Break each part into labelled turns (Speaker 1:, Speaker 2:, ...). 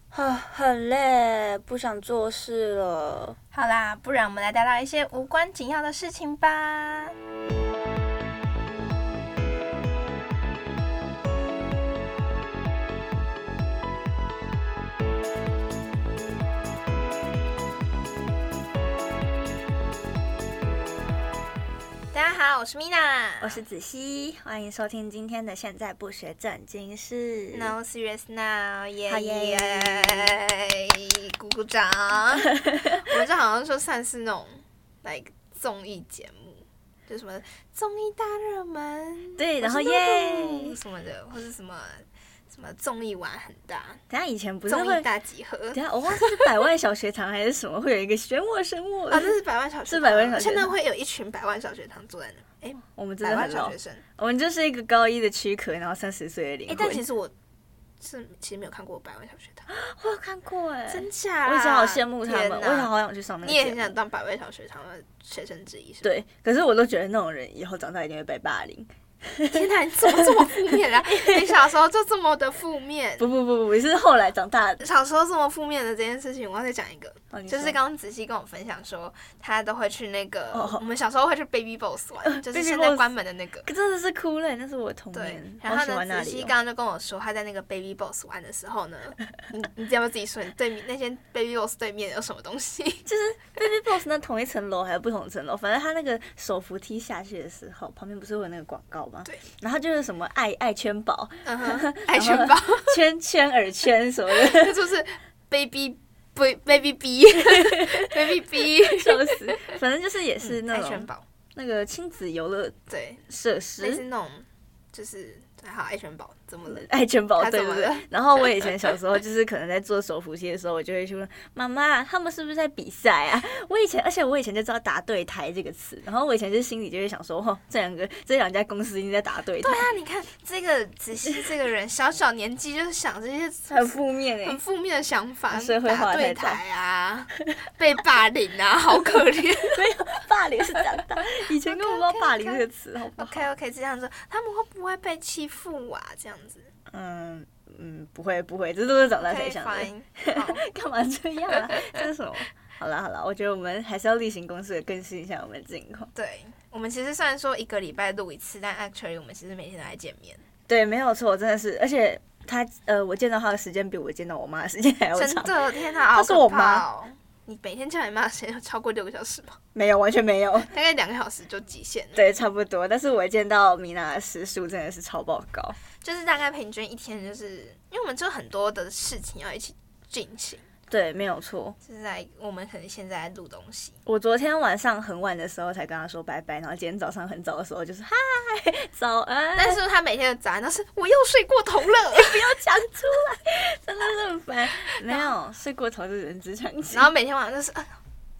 Speaker 1: 啊
Speaker 2: 很累，不想做事了。
Speaker 1: 好啦，不然我们来聊聊一些无关紧要的事情吧。大家好，我是米娜，
Speaker 2: 我是子熙，欢迎收听今天的《现在不学正经事》。
Speaker 1: No serious now，耶
Speaker 2: 好耶
Speaker 1: 耶！ 鼓 鼓掌。我们这好像就算是那种 like 综艺节目，就什么综艺大热门，
Speaker 2: 对，然后
Speaker 1: 我是
Speaker 2: 耶
Speaker 1: 露，露什么的，或是什么什么综艺玩很大，
Speaker 2: 等一下以前不是
Speaker 1: 综
Speaker 2: 会啊
Speaker 1: 艺，大集合。
Speaker 2: 等一下我忘记是百万小学堂还是什么，会有一个选我选我。
Speaker 1: 啊，这是百万小学堂，
Speaker 2: 是百万小学
Speaker 1: 现在
Speaker 2: 堂
Speaker 1: 会有一群百万小学堂坐在那，哎、
Speaker 2: 我们真
Speaker 1: 百
Speaker 2: 的
Speaker 1: 万
Speaker 2: 很
Speaker 1: 小
Speaker 2: 老
Speaker 1: 学，生，
Speaker 2: 我们就是一个高一的躯壳，然后三十岁的
Speaker 1: 哎、
Speaker 2: 灵魂。
Speaker 1: 但其实我是其实没有看过百万小学堂，
Speaker 2: 我有看过哎，
Speaker 1: 真假啊？
Speaker 2: 我以前好羡慕他们，
Speaker 1: 天
Speaker 2: 我
Speaker 1: 哪
Speaker 2: 以前好想去上那个
Speaker 1: 你也
Speaker 2: 节
Speaker 1: 很
Speaker 2: 目。
Speaker 1: 想当百味小学堂的学生之一，是吧？
Speaker 2: 对，可是我都觉得那种人以后长大一定会被霸凌。
Speaker 1: 天哪，你怎么这么负 面啊？你小时候就这么的负面，
Speaker 2: 不不不不不，是后来长大的。
Speaker 1: 小时候这么负面的这件事情，我要再讲一个，
Speaker 2: 哦你
Speaker 1: 就是
Speaker 2: 说
Speaker 1: 刚刚子熙跟我分享说，他都会去那个，
Speaker 2: 哦呃
Speaker 1: 我们小时候会去 Baby Boss 玩，就是
Speaker 2: Baby
Speaker 1: 现在
Speaker 2: Boss
Speaker 1: 关门的那个。
Speaker 2: 可真的是哭了，那是我的童
Speaker 1: 对
Speaker 2: 年，，
Speaker 1: 然
Speaker 2: 好喜
Speaker 1: 后
Speaker 2: 欢那
Speaker 1: 呢，子熙
Speaker 2: 里、
Speaker 1: 刚
Speaker 2: 哦。
Speaker 1: 刚就跟我说，他在那个 Baby Boss 玩的时候呢，你你要不要自己说，你对面那些 Baby Boss 对面有什么东 西？
Speaker 2: 就是 Baby Boss 那同一层楼还有不同层楼，反正他那个手扶梯下去的时候，旁边不是会有那个广告吗？
Speaker 1: 对。
Speaker 2: 然后就是什么爱 爱圈宝、
Speaker 1: 嗯哼，爱全包，
Speaker 2: 圈圈耳圈什么的，
Speaker 1: 这就是 Baby b Baby B Baby B
Speaker 2: 笑死。反正就是也是那
Speaker 1: 嗯爱
Speaker 2: 种、
Speaker 1: 全宝，
Speaker 2: 那个亲子游乐
Speaker 1: 对，
Speaker 2: 设
Speaker 1: 类似
Speaker 2: 施。
Speaker 1: 那种就是还好爱全宝怎么了？
Speaker 2: 爱圈宝
Speaker 1: 他
Speaker 2: 对
Speaker 1: 怎
Speaker 2: 不
Speaker 1: 么
Speaker 2: 对
Speaker 1: 了？
Speaker 2: 然后我以前小时候就是可能在做手扶梯的时候，我就会去问妈妈，他们是不是在比赛啊？ 我以前，而且我以前就知道答对台这个词，然后我以前就心里就会想说，哦，这两个这两家公司一定在答对台，
Speaker 1: 那你看这个子熙这个人，小小年纪就是想这些
Speaker 2: 很负面哎、
Speaker 1: 很负面的想法，
Speaker 2: 社会化
Speaker 1: 打
Speaker 2: 太
Speaker 1: 对
Speaker 2: 大
Speaker 1: 台啊，被霸凌啊，好可怜。
Speaker 2: 没有霸凌是长大，以前根本不知道霸凌这个词，好不好？
Speaker 1: OK OK，这样说他们会不会被欺负啊？这样子
Speaker 2: 嗯嗯，不会不会，这都是长大才
Speaker 1: OK
Speaker 2: 想的，
Speaker 1: fine，好，
Speaker 2: 干嘛这样啊？ 这是什么？好啦好啦，我觉得我们还是要例行公事的更新一下我们的近况。
Speaker 1: 对。我们其实虽然说一个礼拜录一次，但 actually 我们其实每天都在见面，
Speaker 2: 对，没有错，真的是，而且他呃，我见到他的时间比我见到我妈的时间还要
Speaker 1: 真
Speaker 2: 长，
Speaker 1: 的天哪，
Speaker 2: 她
Speaker 1: 好
Speaker 2: 是我
Speaker 1: 可怕哦！你每天叫你妈的时间有超过六个小时吗？
Speaker 2: 没有，完全没有，
Speaker 1: 大概两个小时就极限了，
Speaker 2: 对，差不多。但是我见到米娜的时数真的是超爆高，
Speaker 1: 就是大概平均一天，就是因为我们就很多的事情要一起进行，
Speaker 2: 对，没有错。
Speaker 1: 就是在我们可能现在在录东西，
Speaker 2: 我昨天晚上很晚的时候才跟她说拜拜，然后今天早上很早的时候就是嗨，早安，
Speaker 1: 但是他每天的早安都是我又睡过头 了，
Speaker 2: 讲出来，真的是很 烦。没有睡过头的人之常情
Speaker 1: 然。后每天晚上就是、呃、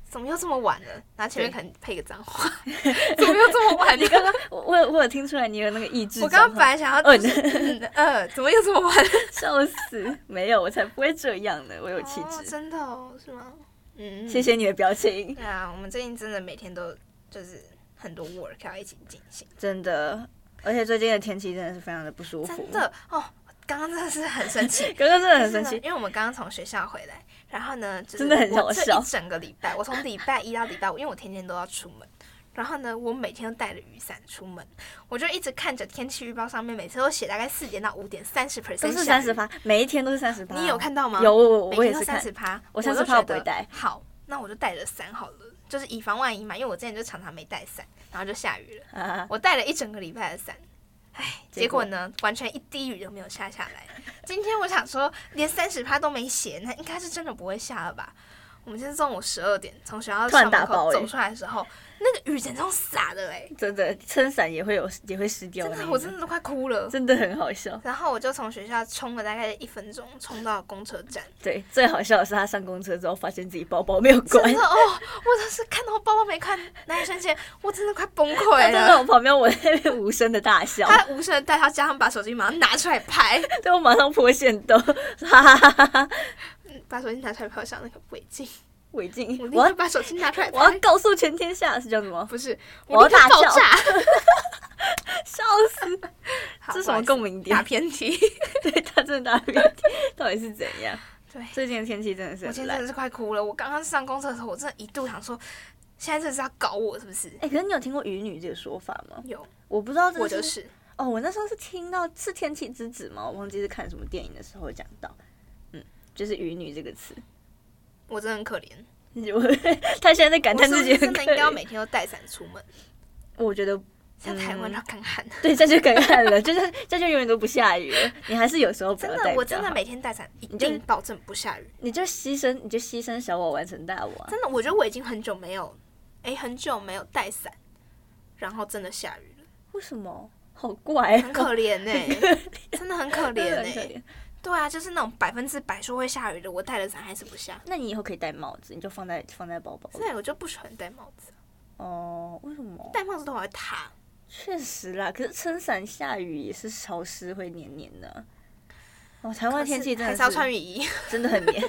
Speaker 1: 怎么又这么晚了，然后前面可能配个脏 话，怎么又这么晚
Speaker 2: 你刚
Speaker 1: 了？
Speaker 2: 刚我我有我有听出来你有那个意志
Speaker 1: 我
Speaker 2: 状
Speaker 1: 刚
Speaker 2: 况，
Speaker 1: 刚本来想要
Speaker 2: 嗯
Speaker 1: 就是嗯呃，怎么又这么晚了？
Speaker 2: 笑死，没有，我才不会这样呢，我有 气
Speaker 1: 哦
Speaker 2: 质。
Speaker 1: 真的哦，是吗？嗯，嗯
Speaker 2: 谢。谢你的表 情。
Speaker 1: 对啊，我们最近真的每天都就是很多 work 要一起进行，
Speaker 2: 真的，而且最近的天气真的是非常的不舒服。。
Speaker 1: 真，的哦，刚刚真的是很生气
Speaker 2: 哥哥真的 很生
Speaker 1: 就是呢
Speaker 2: 气。
Speaker 1: 因为我们刚刚从学校回来，然后呢，就是
Speaker 2: 真的很
Speaker 1: 我
Speaker 2: 好
Speaker 1: 这
Speaker 2: 笑
Speaker 1: 一整个礼拜，我从礼拜一到礼拜五，因为我天天都要出门，然后呢，我每天都带着雨伞出门，我就一直看着天气预报上面，每次都写大概四点到五点三十 percent，
Speaker 2: 都是三十，趴，每一天都是三十趴。
Speaker 1: 你有看到吗？
Speaker 2: 有，我
Speaker 1: 每
Speaker 2: 我
Speaker 1: 天
Speaker 2: 也
Speaker 1: 都
Speaker 2: 是
Speaker 1: 三
Speaker 2: 看
Speaker 1: 十。趴，
Speaker 2: 我
Speaker 1: 就
Speaker 2: 30%
Speaker 1: 觉
Speaker 2: 不会
Speaker 1: 得
Speaker 2: 带
Speaker 1: 好，那我就带着伞好了，就是以防万一嘛，因为我之前就常常没带伞，然后就下雨了。
Speaker 2: 啊，
Speaker 1: 我带了一整个礼拜的伞，唉，
Speaker 2: 结
Speaker 1: 结
Speaker 2: 果
Speaker 1: 果呢，完全一滴雨都没有下下来。今天我想说，连三十趴都没写，那应该是真的不会下了吧？我们今天中午十二点从学校
Speaker 2: 突然欸
Speaker 1: 校
Speaker 2: 大
Speaker 1: 门
Speaker 2: 暴
Speaker 1: 口
Speaker 2: 雨
Speaker 1: 走出来的时候，那个雨简直用洒 的嘞，
Speaker 2: 真的撑伞也会有也会湿掉
Speaker 1: 真
Speaker 2: 那一
Speaker 1: 的
Speaker 2: 种。
Speaker 1: 我真的都快哭了。
Speaker 2: 真的很好笑。
Speaker 1: 然后我就从学校冲了大概一分钟，冲到公车站，
Speaker 2: 对，最好笑的是他上公车之后发现自己包包没有关
Speaker 1: 真。的哦，我当时看到包包没看那一瞬间，我真的快崩溃
Speaker 2: 他站在
Speaker 1: 了。
Speaker 2: 我旁边，我在那边无声的大笑，
Speaker 1: 他无声的带他，加上把手机马上拿出来拍，
Speaker 2: 对我马上泼线豆， 哈哈哈哈哈！
Speaker 1: 把手机拿出来拍，像那个违禁。
Speaker 2: 违禁
Speaker 1: 我，立
Speaker 2: 我
Speaker 1: 刻
Speaker 2: 要
Speaker 1: 把手机拿出来
Speaker 2: 我要
Speaker 1: 拍，
Speaker 2: 告诉全天下是叫什么？
Speaker 1: 不是，
Speaker 2: 我要
Speaker 1: 立刻
Speaker 2: 大
Speaker 1: 爆
Speaker 2: 叫
Speaker 1: 炸，
Speaker 2: 笑死，
Speaker 1: 好
Speaker 2: 这是
Speaker 1: 不
Speaker 2: 什
Speaker 1: 好
Speaker 2: 么
Speaker 1: 意思
Speaker 2: 共鸣点
Speaker 1: 打？偏题？
Speaker 2: 对他真的大变，到底是怎样？
Speaker 1: 对，
Speaker 2: 最近的天气真的是
Speaker 1: 我今
Speaker 2: 很
Speaker 1: 天
Speaker 2: 烂
Speaker 1: 真。的是快哭了。我刚刚上公厕的时候，我真的一度想说，现在这是要搞我是不是？
Speaker 2: 哎、可是你有听过“鱼女”这个说法吗？
Speaker 1: 有，
Speaker 2: 我不知道这
Speaker 1: 我
Speaker 2: 是
Speaker 1: 就是。
Speaker 2: 哦，我那时候是听到是《天气之子》吗？我忘记是看什么电影的时候讲到，嗯，就是“鱼女”这个词。
Speaker 1: 我真的很可怜，
Speaker 2: 我他现在在感
Speaker 1: 我
Speaker 2: 叹
Speaker 1: 是不
Speaker 2: 自
Speaker 1: 是
Speaker 2: 己很
Speaker 1: 真的
Speaker 2: 可
Speaker 1: 应该要
Speaker 2: 怜
Speaker 1: 每天都带伞出门，
Speaker 2: 我觉得
Speaker 1: 像台湾要干旱。
Speaker 2: 嗯对，这就感叹了，就是这就永远都不下雨了。你还是有时候不
Speaker 1: 真
Speaker 2: 要
Speaker 1: 的
Speaker 2: 带，
Speaker 1: 我
Speaker 2: 比较
Speaker 1: 真的
Speaker 2: 好
Speaker 1: 每天带伞，一
Speaker 2: 你就
Speaker 1: 定保证不下雨。
Speaker 2: 你就牺牲，你就牺牲小我完成大我、啊。
Speaker 1: 真的，我觉得我已经很久没有，哎、很久没有带伞，然后真的下雨了，
Speaker 2: 为什么？好怪、
Speaker 1: 很
Speaker 2: 哦，
Speaker 1: 可 怜呢、真的很
Speaker 2: 真
Speaker 1: 可怜
Speaker 2: 的
Speaker 1: 呢、
Speaker 2: 很可怜。
Speaker 1: 对啊，就是那种百分之百说会下雨的，我带了伞还是不下。
Speaker 2: 那你以后可以戴帽子，你就放在放在包包里。
Speaker 1: 所以我就不喜欢戴帽子，
Speaker 2: 哦，为什么？
Speaker 1: 戴帽子的话会塌。
Speaker 2: 确实啦，可是撑伞下雨也是潮湿，会黏黏的啊。哦，台湾的天气真
Speaker 1: 还
Speaker 2: 的
Speaker 1: 是要穿 雨衣。哦
Speaker 2: 真的 很黏。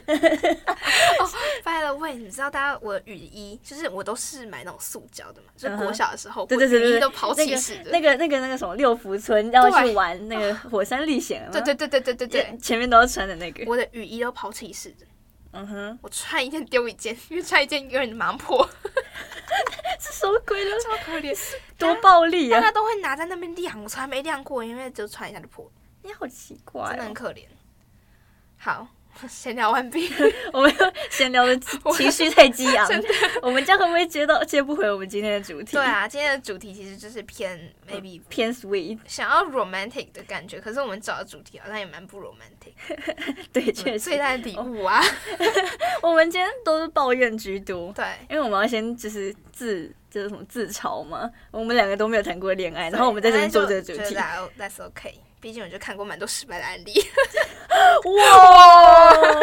Speaker 1: By the way，你知道大家我的雨衣就是我都是买那种塑胶的嘛，就是
Speaker 2: 嗯哼
Speaker 1: 国小的时候，
Speaker 2: 对对对
Speaker 1: 我
Speaker 2: 对
Speaker 1: 雨
Speaker 2: 对
Speaker 1: 衣都抛
Speaker 2: 那
Speaker 1: 弃
Speaker 2: 个
Speaker 1: 式的。
Speaker 2: 那个那个那个什么六福村要
Speaker 1: 对
Speaker 2: 去玩那个火山历险，
Speaker 1: 对对对对对对对，，
Speaker 2: 前面都要穿的那个。
Speaker 1: 我的雨衣都抛弃式的，
Speaker 2: 嗯哼，
Speaker 1: 我穿一件丢一件，因为穿一件永远马 上破，
Speaker 2: 这什么鬼呢？
Speaker 1: 超可怜。
Speaker 2: 多暴力
Speaker 1: 大
Speaker 2: 啊！
Speaker 1: 家都会拿在那边晾，我从来没晾过，因为就穿一下就破，
Speaker 2: 你好奇怪、
Speaker 1: 真的很
Speaker 2: 哦，
Speaker 1: 可怜。好， 闲聊完毕。
Speaker 2: 我们又闲聊的情绪太激 昂，我们这样会不会接到接不回我们今天的主题？嗯
Speaker 1: 对，啊，今天的主题其实就是偏 maybe
Speaker 2: 偏 sweet，
Speaker 1: 想要 romantic 的感觉，可是我们找的主题好像也蛮不 romantic。
Speaker 2: 对， 确实
Speaker 1: 最，大的礼物啊，
Speaker 2: 哦我们今天都是抱怨居多，
Speaker 1: 对，
Speaker 2: 因为我们要先就是自就是什么自嘲嘛，我们两个都没有谈过恋爱，然后我们在这边做这个主题，
Speaker 1: 大家就觉啊得 that's OK。毕竟我就看过蛮多失败 的案例，
Speaker 2: 哇，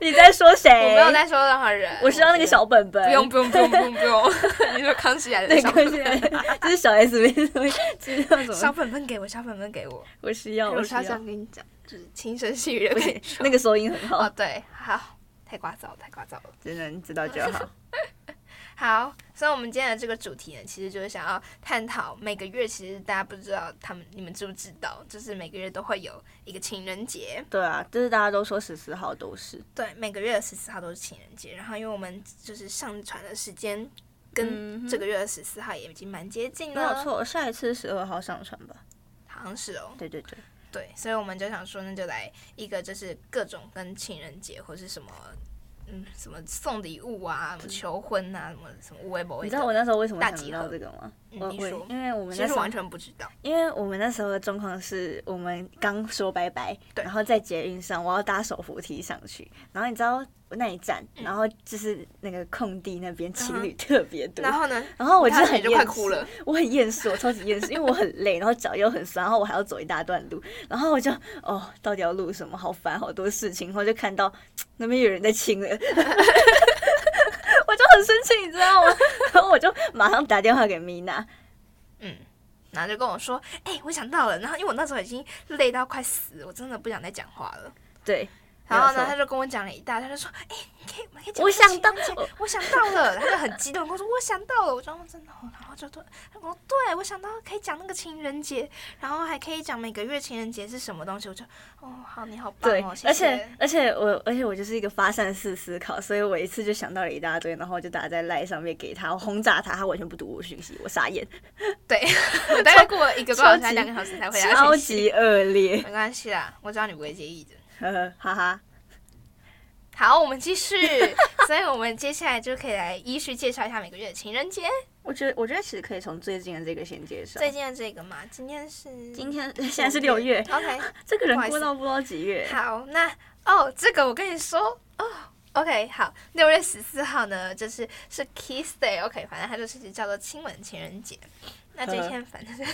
Speaker 2: 你在说
Speaker 1: 我
Speaker 2: 谁
Speaker 1: 没？有在说任何人。
Speaker 2: 哦我知道那个小本本，
Speaker 1: 不用不用不用不用不用， 你说康熙来的
Speaker 2: 那
Speaker 1: 小
Speaker 2: 个
Speaker 1: 本
Speaker 2: 是 就是小 S 没什么，知道什
Speaker 1: 小
Speaker 2: 么？
Speaker 1: 本本给我，小本本给我，
Speaker 2: 我需要，
Speaker 1: 我
Speaker 2: 我
Speaker 1: 是
Speaker 2: 需
Speaker 1: 要
Speaker 2: 要
Speaker 1: 这，样跟你讲，就是轻声细语的跟你 说。
Speaker 2: 那个收音很好
Speaker 1: 哦，，对，好，太聒噪了，太聒噪了。
Speaker 2: 只能知道就好。
Speaker 1: 好，所以我们今天的这个主题呢，其实就是想要探讨每个月，其实大家不知道他们你们知不知道，就是每个月都会有一个情人节，
Speaker 2: 对啊，就是大家都说十四号都是，
Speaker 1: 对，每个月的十四号都是情人节。然后因为我们就是上传的时间跟
Speaker 2: 嗯哼
Speaker 1: 这个月的十四号也已经蛮接近
Speaker 2: 没有
Speaker 1: 了，
Speaker 2: 错，下一次十二号上传吧。
Speaker 1: 好像是哦，
Speaker 2: 对对对，
Speaker 1: 对，所以我们就想说，那就来一个就是各种跟情人节或是什么。嗯，什么送礼物啊，什么求婚啊，什么什么无微不微
Speaker 2: 你
Speaker 1: 的
Speaker 2: 知道我那时候为什么
Speaker 1: 大
Speaker 2: 想
Speaker 1: 集
Speaker 2: 到
Speaker 1: 合
Speaker 2: 这个吗？
Speaker 1: 嗯
Speaker 2: 我
Speaker 1: 你
Speaker 2: 会
Speaker 1: 说，
Speaker 2: 因为我们
Speaker 1: 其
Speaker 2: 那
Speaker 1: 实
Speaker 2: 时候
Speaker 1: 完，全不知道。
Speaker 2: 因为我们那时候的状况是我们刚说拜拜，
Speaker 1: 对
Speaker 2: 然后在捷运上我要搭手扶梯上去，然后你知道那一站，
Speaker 1: 嗯
Speaker 2: 然后就是那个空地那边情侣
Speaker 1: 嗯
Speaker 2: 特别多，
Speaker 1: 然后呢，
Speaker 2: 然后我就
Speaker 1: 差
Speaker 2: 很
Speaker 1: 点就快
Speaker 2: 厌
Speaker 1: 哭
Speaker 2: 世
Speaker 1: 了，
Speaker 2: 我很厌世，我超级厌世，因为我很累，然后脚又很酸，然后我还要走一大段路，然后我就哦，到底要录什么？好烦，好多事情。然后就看到那边有人在亲了，我 就很生气，你知道吗？然后我就马上打电话给米娜，
Speaker 1: 嗯，然后就跟我说，哎、我想到了。然后因为我那时候已经累到快死，我真的不想再讲话了。
Speaker 2: 对，
Speaker 1: 然后
Speaker 2: 没有
Speaker 1: 呢，
Speaker 2: 错
Speaker 1: 他就跟我讲了一大堆，他就说，哎、你可以，我们可以讲
Speaker 2: 我
Speaker 1: 一下
Speaker 2: 想到
Speaker 1: 情人节我想到了。他就很激动地跟我说，我想到了。我说哦真的哦，然后就对，他跟我说对我想到可以讲那个情人节，然后还可以讲每个月情人节是什么东西。我就哦，好，你好棒
Speaker 2: 对
Speaker 1: 哦，，谢
Speaker 2: 而
Speaker 1: 谢
Speaker 2: 且。而且我而且我就是一个发散式思考，所以我一次就想到了一大堆，然后我就打在赖上面给他，我轰炸他，他完全不读我讯息，我傻眼，
Speaker 1: 对，我大概过了一个半
Speaker 2: 超
Speaker 1: 小时还
Speaker 2: 级
Speaker 1: 两个小时才回答
Speaker 2: 超
Speaker 1: 讯息
Speaker 2: 级恶劣，
Speaker 1: 没关系啦，我知道你不会介意的。
Speaker 2: 呵呵，哈哈。
Speaker 1: 好，我们继续。 所以，我们接下来就可以来依序介绍一下每个月的情人节。
Speaker 2: 我觉得，我觉得其实可以从最近的这个衔接上
Speaker 1: 最。近的这个嘛，今天是
Speaker 2: 今天 现在是六月，
Speaker 1: OK，
Speaker 2: 这个
Speaker 1: 不好
Speaker 2: 人
Speaker 1: 意思
Speaker 2: 过到不知道几月。
Speaker 1: 好，那哦，这个我跟你说哦。OK，好，六月十四号呢，就是是 Kiss Day，OK，、反正它就是叫做亲吻情人节。那这一天反正是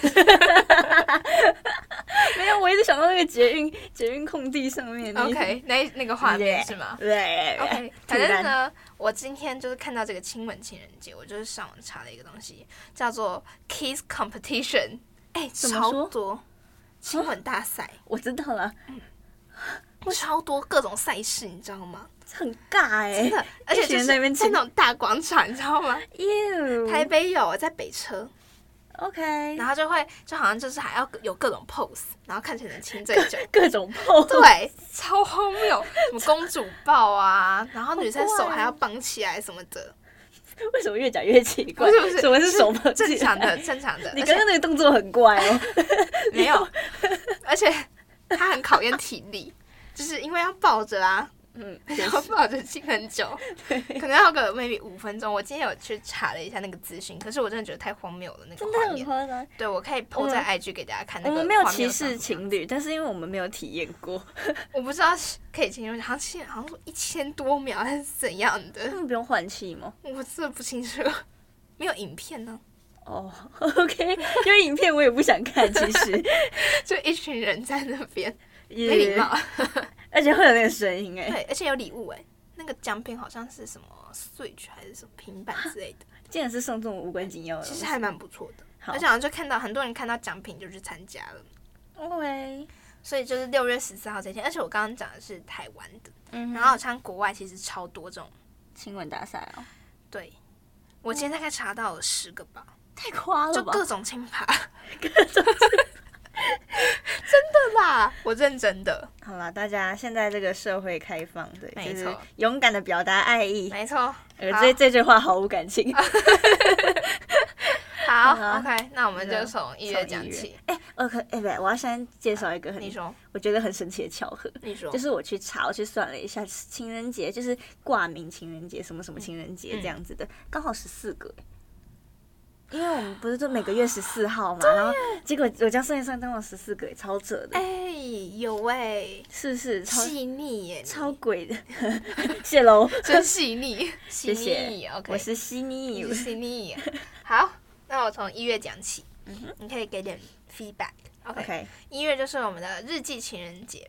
Speaker 2: 没有，我一直想到那个捷运捷运空地上面。那一
Speaker 1: OK，那一那个画面是吗？
Speaker 2: 对
Speaker 1: OK，
Speaker 2: 突
Speaker 1: 反
Speaker 2: 然
Speaker 1: 正呢，我今天就是看到这个亲吻情人节，我就是上网查了一个东西，叫做 Kiss Competition，哎、
Speaker 2: 怎么
Speaker 1: 超
Speaker 2: 说啊
Speaker 1: 多亲吻大赛，
Speaker 2: 我知道了，
Speaker 1: 超多各种赛事，你知道吗？
Speaker 2: 很尬哎
Speaker 1: 真。的，而且
Speaker 2: 一群
Speaker 1: 就
Speaker 2: 人
Speaker 1: 是
Speaker 2: 在那边嗯
Speaker 1: 在
Speaker 2: 亲
Speaker 1: 那种大广场，你知道吗？
Speaker 2: 哟，
Speaker 1: 台北有，在北车，
Speaker 2: OK，
Speaker 1: 然后就会就好像就是还要有各种 pose，然后看起来能亲最久。
Speaker 2: 各种 pose，
Speaker 1: 对，超荒谬，什么公主抱啊，然后女生
Speaker 2: 好怪
Speaker 1: 手
Speaker 2: 哦
Speaker 1: 还要绑起来什么的，
Speaker 2: 为什么越讲越奇
Speaker 1: 不
Speaker 2: 怪？
Speaker 1: 是不是，
Speaker 2: 什么是手抱
Speaker 1: 正
Speaker 2: 起
Speaker 1: 常
Speaker 2: 来？
Speaker 1: 的正常 的，
Speaker 2: 你
Speaker 1: 而
Speaker 2: 刚
Speaker 1: 且
Speaker 2: 刚那个动作很怪 哦，
Speaker 1: 没有，而且它很考验体力，就是因为要抱着啊，
Speaker 2: 嗯，
Speaker 1: 要抱着亲很久， 可能要个 maybe 五分钟。我今天有去查了一下那个资讯，可是我真的觉得太荒谬了，那个
Speaker 2: 真的
Speaker 1: 画
Speaker 2: 很
Speaker 1: 面。
Speaker 2: 夸张。
Speaker 1: 对，我可以 PO
Speaker 2: 们
Speaker 1: 在 IG 给大家看那
Speaker 2: 我
Speaker 1: 个。
Speaker 2: 们没有歧视，情侣，但是因为我们没有体验过，
Speaker 1: 我不知道是可以进入，好像现好像说一千多秒还是怎样
Speaker 2: 他
Speaker 1: 的，
Speaker 2: 们不用换气吗？
Speaker 1: 我真的不清楚。 没有影片呢、
Speaker 2: 哦、o k 因为影片我也不想 看，其实
Speaker 1: 就一群人在那边没礼
Speaker 2: 也
Speaker 1: 貌。
Speaker 2: 而且会有那个声音哎，
Speaker 1: 对，而且有礼物哎、那个奖品好像是什么 Switch 还是什么平板之类的，
Speaker 2: 竟然是送这种无关紧要的
Speaker 1: 其
Speaker 2: 东西。
Speaker 1: 实还蛮不错的。
Speaker 2: 啊好
Speaker 1: 而且好像就看到很多人看到奖品就去参加了，
Speaker 2: OK，
Speaker 1: 所以就是六月十四号这天。而且我刚刚讲的是台湾的，
Speaker 2: 嗯
Speaker 1: 然后好像国外其实超多这种。
Speaker 2: 亲吻大赛哦，
Speaker 1: 对，我今天大概查到了十个吧，
Speaker 2: 太夸
Speaker 1: 就
Speaker 2: 了吧？
Speaker 1: 各种清 爬，各种 真的啦，我认真的，
Speaker 2: 好啦，大家现在这个社会开放，对，
Speaker 1: 没
Speaker 2: 就是
Speaker 1: 错
Speaker 2: 勇敢的表达爱意。
Speaker 1: 没错。
Speaker 2: 呃，
Speaker 1: 好
Speaker 2: 这这句话毫无感情。
Speaker 1: 好
Speaker 2: 好
Speaker 1: ，OK，那我们就
Speaker 2: 嗯
Speaker 1: 从一月讲
Speaker 2: 从一月
Speaker 1: 起。
Speaker 2: 哎，我可哎不，我要先介绍一个很
Speaker 1: 你说，嗯
Speaker 2: 我觉得很神奇的巧合，
Speaker 1: 你说，
Speaker 2: 就是我去查，我去算了一下，情人节就是挂名情人节，什么什么情人节
Speaker 1: 嗯
Speaker 2: 这样子的，刚好十四个。因为我们不是就每个月十四号嘛，然后结果我这样算一算，刚好十四个，超扯的，
Speaker 1: 哎、有哎、
Speaker 2: 是是超
Speaker 1: 细腻耶，你
Speaker 2: 超鬼的， 谢喽，
Speaker 1: 真细腻，细
Speaker 2: 谢
Speaker 1: 腻
Speaker 2: 谢
Speaker 1: o，k
Speaker 2: 我是悉尼，
Speaker 1: 你是细腻。好，那我从一月讲起，你可以给点 feedback。
Speaker 2: 嗯
Speaker 1: OK，
Speaker 2: OK，
Speaker 1: 一月就是我们的日记情人节。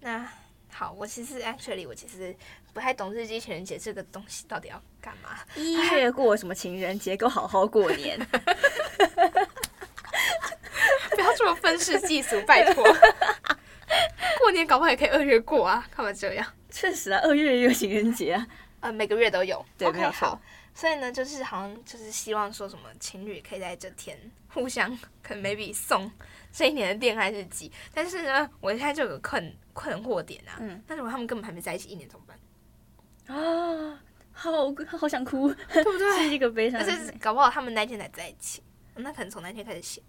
Speaker 1: 那好，我其实 actually 我其实不太懂日记情人节这个东西到底要干嘛。
Speaker 2: 一月过什么情人节，给我好好过年。
Speaker 1: 不要这么愤世嫉俗，拜托。 过年搞不好也可以二月过啊，干嘛这样？
Speaker 2: 确实啊，二月也有情人节啊。
Speaker 1: 呃，每个月都有。
Speaker 2: 对
Speaker 1: o
Speaker 2: 没
Speaker 1: k
Speaker 2: 有错
Speaker 1: 好。所以呢，就是好像就是希望说什么情侣可以在这天互相可能 maybe 送这一年的恋爱日记，但是呢，我现在就有个困困惑点啊，
Speaker 2: 嗯
Speaker 1: 但是我他们根本还没在一起一年怎么办？
Speaker 2: 啊，好好想哭，
Speaker 1: 对不
Speaker 2: 这是
Speaker 1: 对？
Speaker 2: 一个悲伤
Speaker 1: 而
Speaker 2: 的
Speaker 1: 且
Speaker 2: 事
Speaker 1: 是
Speaker 2: 情。
Speaker 1: 搞不好他们那一天才在一起，那可能从那天开始写。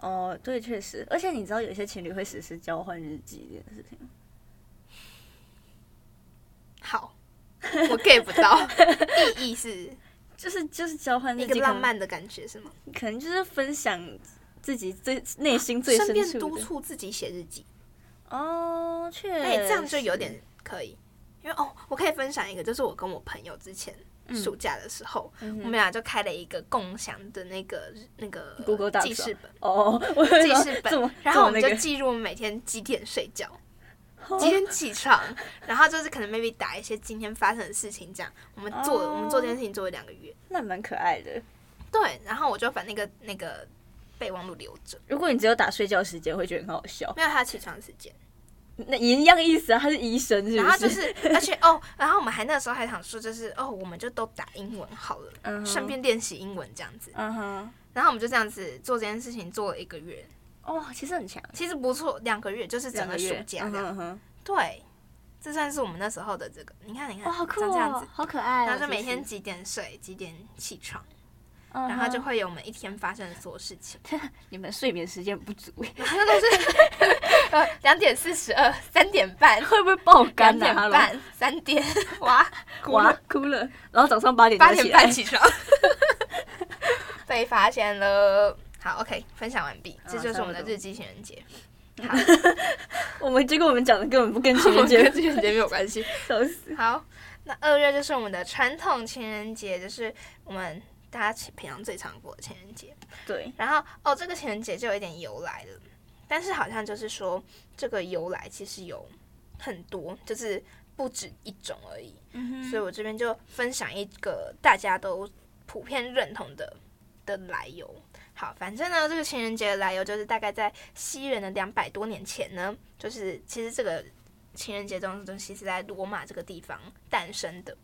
Speaker 2: 哦，对，确实，而且你知道有些情侣会实施交换日记这件事情吗。
Speaker 1: 好，我 get 不 到，意义是
Speaker 2: 就是就是交换日
Speaker 1: 一
Speaker 2: 记，
Speaker 1: 个
Speaker 2: 可
Speaker 1: 浪
Speaker 2: 能
Speaker 1: 漫的感觉是吗？
Speaker 2: 可能就是分享自己最内心最
Speaker 1: 顺
Speaker 2: 深
Speaker 1: 便
Speaker 2: 处
Speaker 1: 督
Speaker 2: 的
Speaker 1: 促自己写日记，
Speaker 2: 哦，确实，
Speaker 1: 哎、这样就有点可以，因为哦，我可以分享一个，就是我跟我朋友之前
Speaker 2: 嗯
Speaker 1: 暑假的时候，
Speaker 2: 嗯哼
Speaker 1: 我们俩就开了一个共享的那个那个
Speaker 2: Google Docs
Speaker 1: 记事 本，
Speaker 2: 哦，我以为
Speaker 1: 记
Speaker 2: 说
Speaker 1: 事本
Speaker 2: 这么
Speaker 1: 然后我
Speaker 2: 这么
Speaker 1: 们就
Speaker 2: 那个
Speaker 1: 记录我们每天几点睡觉，几点起床，然后就是可能 maybe 打一些今天发生的事情，这样我们做、
Speaker 2: 哦
Speaker 1: 我们做这件事情做了两个月，
Speaker 2: 那蛮可爱的。
Speaker 1: 对，然后我就把那个那个备忘录留着，
Speaker 2: 如果你只有打睡觉时间，会觉得很好笑。
Speaker 1: 没有他起床时间。
Speaker 2: 那一样意思啊，他是医生，是不是？
Speaker 1: 然后就是，而且哦，然后我们还那时候还想说，就是哦，我们就都打英文好了，
Speaker 2: 嗯哼
Speaker 1: 顺、便练习英文这样子。
Speaker 2: 嗯哼，
Speaker 1: 然后我们就这样子做这件事情做了一个月，
Speaker 2: 哦，其实很强，
Speaker 1: 其实不错，两个月就是整
Speaker 2: 两
Speaker 1: 个暑
Speaker 2: 月
Speaker 1: 假
Speaker 2: 嗯
Speaker 1: 这
Speaker 2: 哼
Speaker 1: 样。
Speaker 2: 嗯哼
Speaker 1: 对，这算是我们那时候的这个，你看，你
Speaker 2: 哇，
Speaker 1: 看，
Speaker 2: 好酷
Speaker 1: 像这样
Speaker 2: 哦
Speaker 1: 子，。
Speaker 2: 好可爱哦。
Speaker 1: 然后就每
Speaker 2: 其实嗯
Speaker 1: 天，几点睡，几点起床，
Speaker 2: 然
Speaker 1: 然后就会有我们一天发生的所有事情。
Speaker 2: 你们睡眠时间不 足，
Speaker 1: 然后都是呃两点四十二、三点半、
Speaker 2: 会不会爆
Speaker 1: 两
Speaker 2: 肝
Speaker 1: 点
Speaker 2: 啊？
Speaker 1: 半、三点，哇，
Speaker 2: 哭哇，哭了。然后早上八点
Speaker 1: 八
Speaker 2: 就起
Speaker 1: 点
Speaker 2: 来
Speaker 1: 半，起床， 被发现了。好，OK，分享完毕，这就是我们的日记情人 节。
Speaker 2: 我们结果我们讲的根本不跟情 人
Speaker 1: 跟
Speaker 2: 节
Speaker 1: 情人节没有关系。
Speaker 2: 笑死。
Speaker 1: 好，那二月就是我们的传统情人节，就是我们大家平常最常过的情人节。
Speaker 2: 对，
Speaker 1: 然后哦，这个情人节就有一点由来了，但是好像就是说这个由来其实有很多，就是不止一种而已。
Speaker 2: 嗯
Speaker 1: 所以我这边就分享一个大家都普遍认同的的来由。好，反正呢，这个情人节的来由就是大概在西元的两百多年前呢，就是其实这个情人节这种东西是在罗马这个地方诞生的。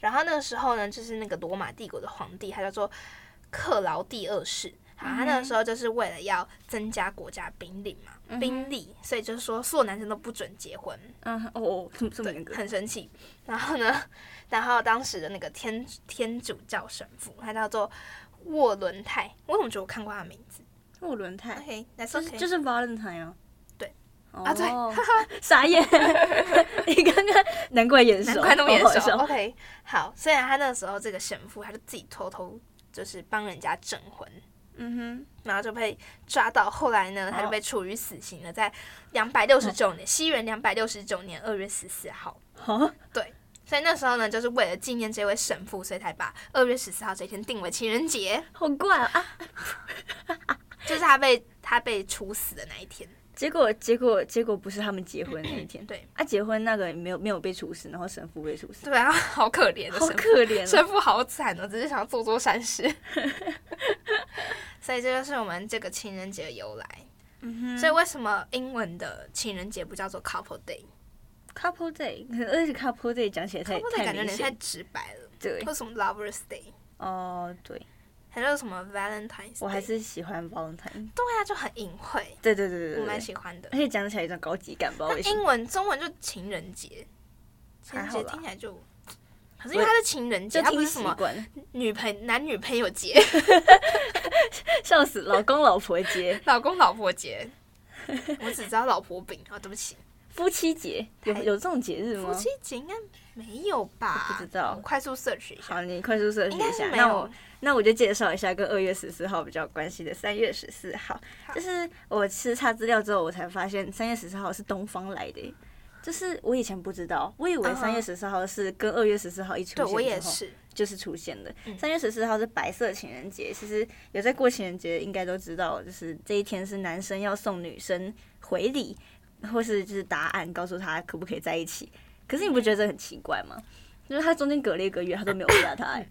Speaker 1: 然后那个时候呢，就是那个罗马帝国的皇帝，他叫做克劳第二世，好，他那个时候就是为了要增加国家兵力嘛，兵力，所以就是说所有男生都不准结婚，
Speaker 2: 嗯，哦，这么这么严
Speaker 1: 对
Speaker 2: 格，，
Speaker 1: 很生气。然后呢，然后当时的那个天天主教神父，他叫做沃伦泰，我怎么觉得我看过他的名字
Speaker 2: 沃伦泰，
Speaker 1: ？OK，那
Speaker 2: 就是
Speaker 1: OK，
Speaker 2: 就是 Valentine 啊。
Speaker 1: 对。
Speaker 2: 啊
Speaker 1: 啊对，
Speaker 2: 傻 眼！你刚刚难怪眼熟，
Speaker 1: 难怪那么眼
Speaker 2: 哦好好
Speaker 1: 熟。OK，好，哦虽然他那个时候这个神父，他就自己偷偷就是帮人家证婚。
Speaker 2: 嗯
Speaker 1: 然后就被抓到，后来呢，
Speaker 2: 哦
Speaker 1: 他就被处以死刑了，在两百
Speaker 2: 嗯
Speaker 1: 六十九年，西元两百六十九年二月十四号。
Speaker 2: 哼，啊，
Speaker 1: 所以那时候呢，就是为了纪念这位神父，所以才把二月十四号这天定为情人节，
Speaker 2: 好怪啊！啊
Speaker 1: 就是他被他被处死的那一天。
Speaker 2: 结果结果结果不是他们结婚那一天，
Speaker 1: 对
Speaker 2: 啊，结婚那个没有没有被处死，然后神父被处死，
Speaker 1: 对啊，好可怜的
Speaker 2: 好
Speaker 1: 神父，
Speaker 2: 可怜啊！
Speaker 1: 神父好惨哦，只是想要做做善 事。 所以这就是我们这个情人节的由来。
Speaker 2: 嗯
Speaker 1: 所以为什么英文的情人节不叫做 Couple Day？Couple
Speaker 2: couple day，可是而且 couple day 讲起来太
Speaker 1: Day 感觉
Speaker 2: 明
Speaker 1: 有点太
Speaker 2: 显，
Speaker 1: 直白了，
Speaker 2: 对，
Speaker 1: 或什么 Lovers Day，
Speaker 2: 哦对，
Speaker 1: 还有什么 Valentine's Day？
Speaker 2: 我还是喜欢 Valentine，
Speaker 1: 对啊，就很隐晦，
Speaker 2: 对对对对对
Speaker 1: 我蛮
Speaker 2: 对，
Speaker 1: 喜欢的
Speaker 2: 而。且讲起来有种高级感，不知道
Speaker 1: 那
Speaker 2: 为什么。
Speaker 1: 英文、中文就情人节，情人
Speaker 2: 还好
Speaker 1: 节
Speaker 2: 啦
Speaker 1: 听起来就，可是因为它是情人节，
Speaker 2: 就
Speaker 1: 它不
Speaker 2: 听
Speaker 1: 是什
Speaker 2: 习
Speaker 1: 么
Speaker 2: 惯了，
Speaker 1: 女朋男女朋友节、
Speaker 2: 笑死！老公 老婆节、
Speaker 1: 老公老婆节， 我只知道老婆饼啊、对 不起，
Speaker 2: 夫妻节，有
Speaker 1: 太
Speaker 2: 有这种节日吗
Speaker 1: 夫？妻节应该没有吧？
Speaker 2: 我不知道
Speaker 1: 我快速 search 一下，
Speaker 2: 好，你快速搜
Speaker 1: 应
Speaker 2: 寻
Speaker 1: 该
Speaker 2: 一
Speaker 1: 是
Speaker 2: 下。
Speaker 1: 没
Speaker 2: 那我
Speaker 1: 有。
Speaker 2: 那我就介绍一下跟二月十四号比较有关系的三月十四号
Speaker 1: 好，
Speaker 2: 就是我其实查资料之后，我才发现三月十四号是东方来的耶，就是我以前不知道，我以为
Speaker 1: 嗯哼
Speaker 2: 三月十四号是跟二月十四号一出
Speaker 1: 对
Speaker 2: 现
Speaker 1: 我也
Speaker 2: 之后
Speaker 1: 是，
Speaker 2: 就是出现的
Speaker 1: 嗯。
Speaker 2: 三月十四号是白色情人节，其实有在过情人节的应该都知道，就是这一天是男生要送女生回礼，或是就是答案，告诉她可不可以在一起。可是你不觉得这很奇怪吗？就是他中间隔了一个月，他都没有回答他、哎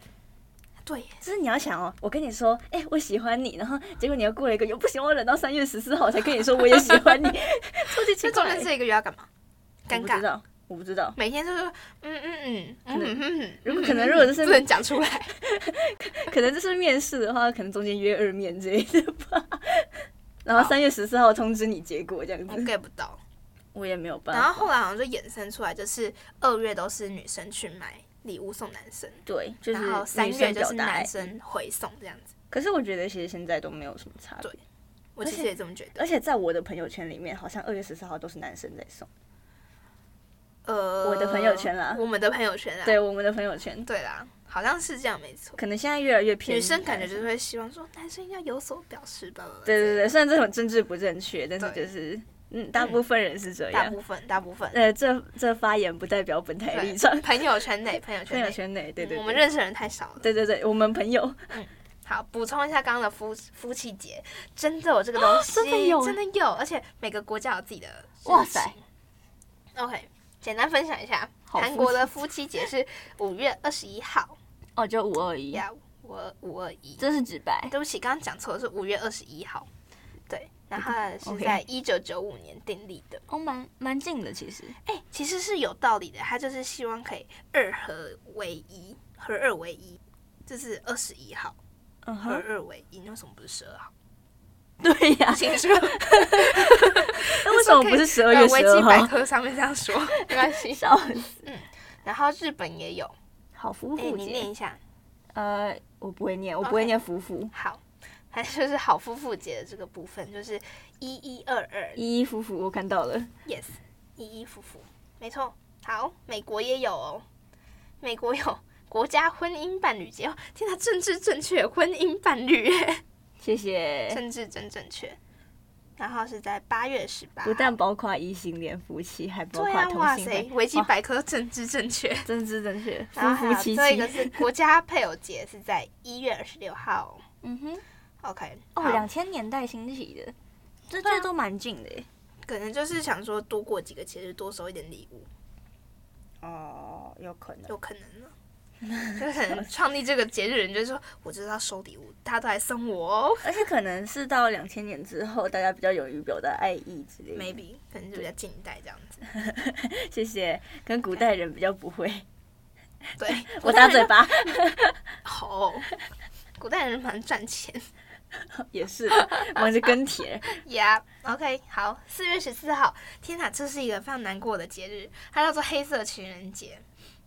Speaker 1: 对耶，
Speaker 2: 就是你要想哦，我跟你说，哎、我喜欢你，然后结果你要过了一个月，不行，我忍到三月十四号才跟你说我也喜欢你，超级奇
Speaker 1: 这中
Speaker 2: 怪、
Speaker 1: 间这一个月要干嘛？
Speaker 2: 我
Speaker 1: 尴
Speaker 2: 不知
Speaker 1: 尬，
Speaker 2: 道，我不知道。
Speaker 1: 每天就是嗯嗯嗯嗯嗯嗯，
Speaker 2: 如果
Speaker 1: 嗯
Speaker 2: 可能
Speaker 1: 嗯
Speaker 2: 如果这是
Speaker 1: 不能讲出来，
Speaker 2: 可能这是面试的话，可能中间约二面之类的吧。然后
Speaker 1: 好
Speaker 2: 三月十四号通知你结果这样
Speaker 1: 我
Speaker 2: 子，
Speaker 1: get 不到。
Speaker 2: 我也没有办
Speaker 1: 哦然
Speaker 2: 法。
Speaker 1: 后后来好像就衍生出来，就是二月都是女生去买礼物送男生，
Speaker 2: 对，就是
Speaker 1: 然后三
Speaker 2: 女
Speaker 1: 月
Speaker 2: 生
Speaker 1: 就
Speaker 2: 表
Speaker 1: 是
Speaker 2: 达
Speaker 1: 男
Speaker 2: 爱。
Speaker 1: 生回送这样子。
Speaker 2: 可是我觉得其实现在都没有什么差别
Speaker 1: 对。我其实也这么觉得。
Speaker 2: 而且在我的朋友圈里面，好像二月十四号都是男生在送。
Speaker 1: 呃，
Speaker 2: 我的朋友圈啊啦
Speaker 1: 我们的朋友圈啦，啊
Speaker 2: 对，我们的朋友圈
Speaker 1: 对啦，好像是这样没错。
Speaker 2: 可能现在越来越偏
Speaker 1: 女生感觉
Speaker 2: 男
Speaker 1: 就
Speaker 2: 生
Speaker 1: 是会希望说，男生要有所表示吧。
Speaker 2: 对对对，虽然这种政治不正确，但是
Speaker 1: 对
Speaker 2: 就是嗯，大部分人是这
Speaker 1: 大
Speaker 2: 样。
Speaker 1: 部分大部分
Speaker 2: 呃，这这发言不代表本台
Speaker 1: 对
Speaker 2: 立场。
Speaker 1: 朋友圈内，朋友
Speaker 2: 朋
Speaker 1: 圈
Speaker 2: 友
Speaker 1: 内，
Speaker 2: 圈内，对
Speaker 1: 嗯
Speaker 2: 对，
Speaker 1: 我们
Speaker 2: 对
Speaker 1: 认识的人太少了。
Speaker 2: 对对对，我们朋友。
Speaker 1: 好，补充一下刚刚的夫夫妻节，真的有这个东西，
Speaker 2: 啊真的有
Speaker 1: 真的有，而且每个国家有自己的。
Speaker 2: 哇塞
Speaker 1: ！OK，简单分享一下，
Speaker 2: 好
Speaker 1: 韩国的夫妻节是五月二十一号
Speaker 2: 哦，就五二一
Speaker 1: 呀，五二五二一。
Speaker 2: 这是直白。
Speaker 1: 对不起，刚刚讲错了，是五月二十一号。对，然后 它是
Speaker 2: OK
Speaker 1: 在一九九五年订立的。
Speaker 2: 哦，蛮蛮近的，其实。
Speaker 1: 哎、其实是有道理的，他就是希望可以二合为一，合二为一，这是二十一号，
Speaker 2: 嗯
Speaker 1: 合
Speaker 2: 哼，
Speaker 1: 二为一，那为什么不是十二号？
Speaker 2: 对呀、
Speaker 1: 请说。
Speaker 2: 那为什么不是十二
Speaker 1: 在
Speaker 2: 月
Speaker 1: 维
Speaker 2: 十
Speaker 1: 基
Speaker 2: 二
Speaker 1: 百
Speaker 2: 号？
Speaker 1: 科上面这样说，没 关系。
Speaker 2: 笑死！
Speaker 1: 然后日本也有，
Speaker 2: 好夫
Speaker 1: 哎、
Speaker 2: 妇
Speaker 1: 你
Speaker 2: 节
Speaker 1: 念、一下。
Speaker 2: 呃，我不会念，我不会念夫妇，
Speaker 1: 好，还就是好夫妇节的这个部分，就是一一二二
Speaker 2: 一一夫妇，我看到了。
Speaker 1: ，yes，一一夫妇，没错。好，美国也有哦，美国有 国家婚姻伴侣节。哦天哪，政治正确，婚姻伴 侣耶，
Speaker 2: 谢谢。
Speaker 1: 政治真正确。然后是在八月十八。
Speaker 2: 不但包括异性恋夫妻，还包
Speaker 1: 对
Speaker 2: 括
Speaker 1: 啊，哇
Speaker 2: 同性
Speaker 1: 塞
Speaker 2: 恋，，
Speaker 1: 维基
Speaker 2: 哇
Speaker 1: 百科政治正确。
Speaker 2: 真知正确，
Speaker 1: 然
Speaker 2: 夫夫
Speaker 1: 后还有
Speaker 2: 妻
Speaker 1: 最后一个
Speaker 2: 妻。
Speaker 1: 是国家配偶节，是在一月二十六号。
Speaker 2: 嗯哼，
Speaker 1: OK，
Speaker 2: 哦，
Speaker 1: 好啊
Speaker 2: 两千年代兴起的，这这都蛮近的耶。欸
Speaker 1: 可能就是想说多过几个节日多收一点礼物，
Speaker 2: 哦，有可能。
Speaker 1: 有可能 呢。就可能创立这个节日，人就说我就是要收礼物，大家都来送我哦。
Speaker 2: 而且可能是到两千年之后，大家比较勇于表达爱意之类的。
Speaker 1: maybe 可能就比较近代这样 子。
Speaker 2: 谢谢，跟古代人比较不 会。
Speaker 1: 对，
Speaker 2: 我打嘴
Speaker 1: 巴。
Speaker 2: 巴。
Speaker 1: 好，古代人蛮赚钱。
Speaker 2: 也是的忙着跟帖。
Speaker 1: Yeah，OK，、好，四月十四号，天哪，这是一个非常难过的节日，它叫做黑色情人节。